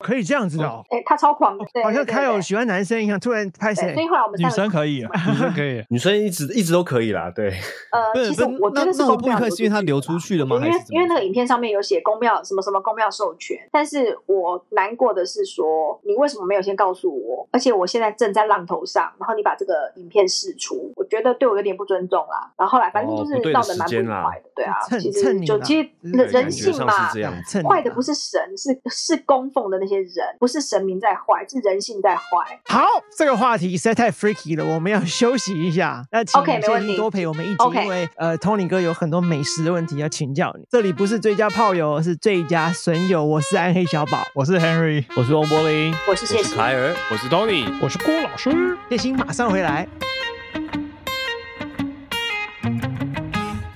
[SPEAKER 4] 可以这样子的哦，
[SPEAKER 1] 哎、他超狂，对，
[SPEAKER 4] 好像
[SPEAKER 1] 对
[SPEAKER 4] 开有
[SPEAKER 1] 对
[SPEAKER 4] 喜欢男生一样，突然拍
[SPEAKER 1] 对，
[SPEAKER 4] 谁
[SPEAKER 1] 所？以后来我们
[SPEAKER 2] 女
[SPEAKER 1] 三个
[SPEAKER 2] 生可以，
[SPEAKER 3] 女生可以
[SPEAKER 5] 女生一直一直都可以啦，对，
[SPEAKER 1] 呃，
[SPEAKER 7] 不是
[SPEAKER 1] 其实
[SPEAKER 7] 不是
[SPEAKER 1] 我觉
[SPEAKER 7] 那
[SPEAKER 1] 得是
[SPEAKER 7] 那我
[SPEAKER 1] 公
[SPEAKER 7] 不愉
[SPEAKER 1] 庙
[SPEAKER 7] 快
[SPEAKER 1] 流
[SPEAKER 7] 是因为
[SPEAKER 1] 出
[SPEAKER 7] 他
[SPEAKER 1] 去
[SPEAKER 7] 流
[SPEAKER 1] 的
[SPEAKER 7] 出
[SPEAKER 1] 啦
[SPEAKER 7] 去了
[SPEAKER 1] 我觉
[SPEAKER 7] 吗？
[SPEAKER 1] 得
[SPEAKER 7] 还
[SPEAKER 1] 因
[SPEAKER 7] 是
[SPEAKER 1] 为
[SPEAKER 7] 怎么
[SPEAKER 1] 因为那个
[SPEAKER 7] 样
[SPEAKER 1] 影片上面有写公庙什么什么公庙授权，但是我难过的是说，你为什么没有先告诉我？而且我现在正在浪头上，然后你把这个影片释出，我觉得对我有点不尊重啦。然后后来反正
[SPEAKER 5] 哦
[SPEAKER 1] 就
[SPEAKER 5] 不
[SPEAKER 1] 是
[SPEAKER 5] 对的
[SPEAKER 1] 闹得蛮
[SPEAKER 5] 时
[SPEAKER 1] 不愉
[SPEAKER 5] 间啦
[SPEAKER 1] 快的，对啊，
[SPEAKER 4] 蹭
[SPEAKER 1] 其
[SPEAKER 4] 蹭
[SPEAKER 1] 实
[SPEAKER 4] 你
[SPEAKER 1] 就
[SPEAKER 4] 啦
[SPEAKER 1] 其实
[SPEAKER 4] 嗯
[SPEAKER 1] 人
[SPEAKER 5] 感
[SPEAKER 1] 人
[SPEAKER 5] 觉
[SPEAKER 1] 性
[SPEAKER 5] 上
[SPEAKER 1] 嘛
[SPEAKER 5] 是这，样。
[SPEAKER 4] 蹭你
[SPEAKER 1] 坏的
[SPEAKER 4] 啊
[SPEAKER 1] 不是神，是是供奉的那些人，不是神明在坏，是人性在坏。
[SPEAKER 4] 好，这个话题实在太 freaky 了，我们要休息 一下。那请
[SPEAKER 1] OK，没问题
[SPEAKER 4] 你多陪我们一集
[SPEAKER 1] OK
[SPEAKER 4] 因为呃，Tony 哥有很多美食的问题要请教你。这里不是最佳炮友，是最佳损友。我是暗黑小宝，
[SPEAKER 2] 我是 Henry。
[SPEAKER 7] 我是王柏林。
[SPEAKER 1] 我是谢
[SPEAKER 5] 我
[SPEAKER 1] 谢
[SPEAKER 5] 是。凯尔，
[SPEAKER 6] 我是 Tony，
[SPEAKER 2] 我是郭老师，
[SPEAKER 4] 谢欣马上回来。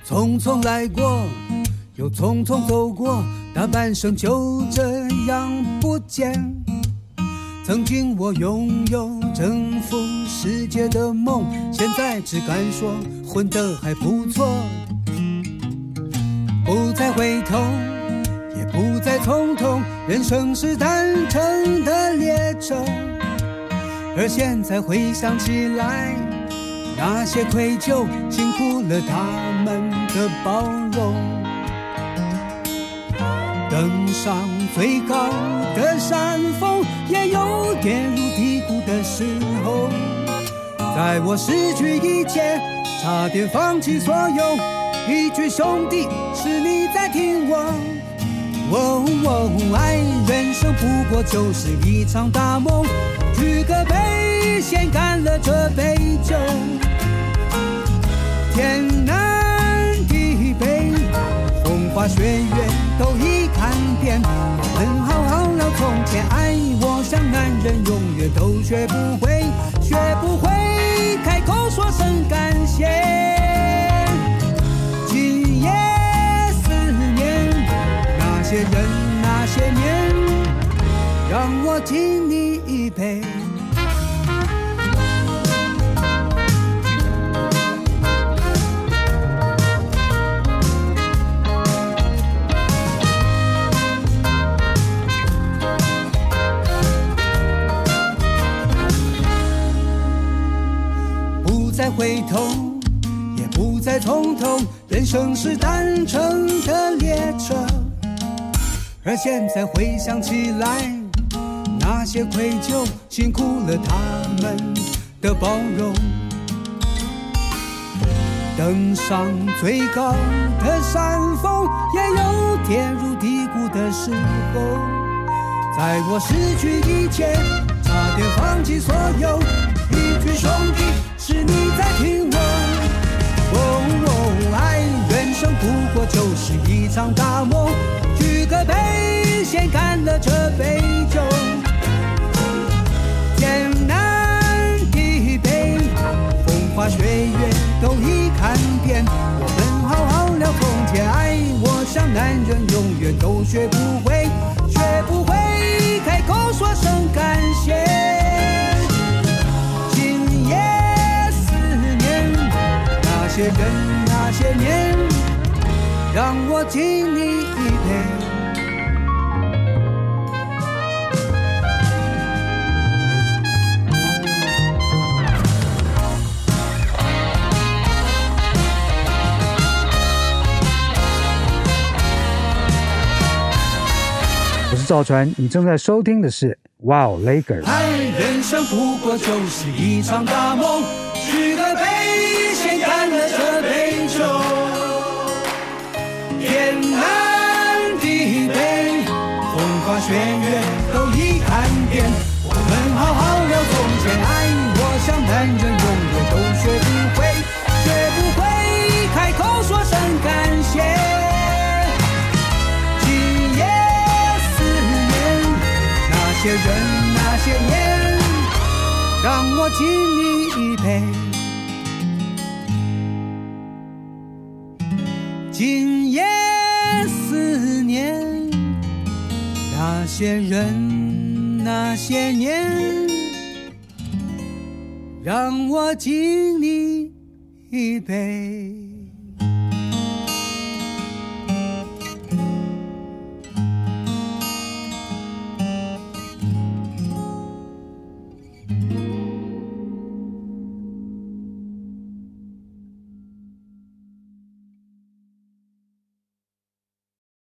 [SPEAKER 8] 匆匆来过，又匆匆走过，大半生就这样不见。曾经我拥有征服世界的梦，现在只敢说混得还不错。不再回头，也不再匆匆，人生是单程的列车。而现在回想起来，那些愧疚，辛苦了他们的包容。登上最高的山峰，也有跌入低谷的时候。在我失去一切，差点放弃所有，一句兄弟，是你在听我。哦哦，爱人生不过就是一场大梦，举个杯，先干了这杯酒。天南地北，风花雪月都已看遍。我们好好聊从前，爱我像男人永远都学不会，学不会开口说声感谢。今夜思念那些人那些年，让我敬你一杯。不再回头，也不再从头，人生是单程的列车。而现在回想起来，那些愧疚，辛苦了他们的包容。登上最高的山峰，也有跌入低谷的时候。在我失去一切，差点放弃所有，一句兄弟，是你在听我。哦爱，人生不过就是一场大梦。举个杯，先干了这杯酒。艰难的杯，风花雪月都已看遍。我们好好聊空间，爱我像男人永远都学不会，学不会开口说声感谢。今夜思念那些人那些年，让我敬你一杯。
[SPEAKER 9] 我是赵传，你正在收听的是《Wow Laker》。
[SPEAKER 8] 爱人生不过就是一场大梦，举个杯，先干了这杯酒。天南地北，风花雪月都已看遍，我们好好聊从前。爱我像男人永远都学不会，学不会开口说声感谢。今夜思念那些人那些年，让我敬你一杯。今夜思念那些人那些年，让我敬你一杯。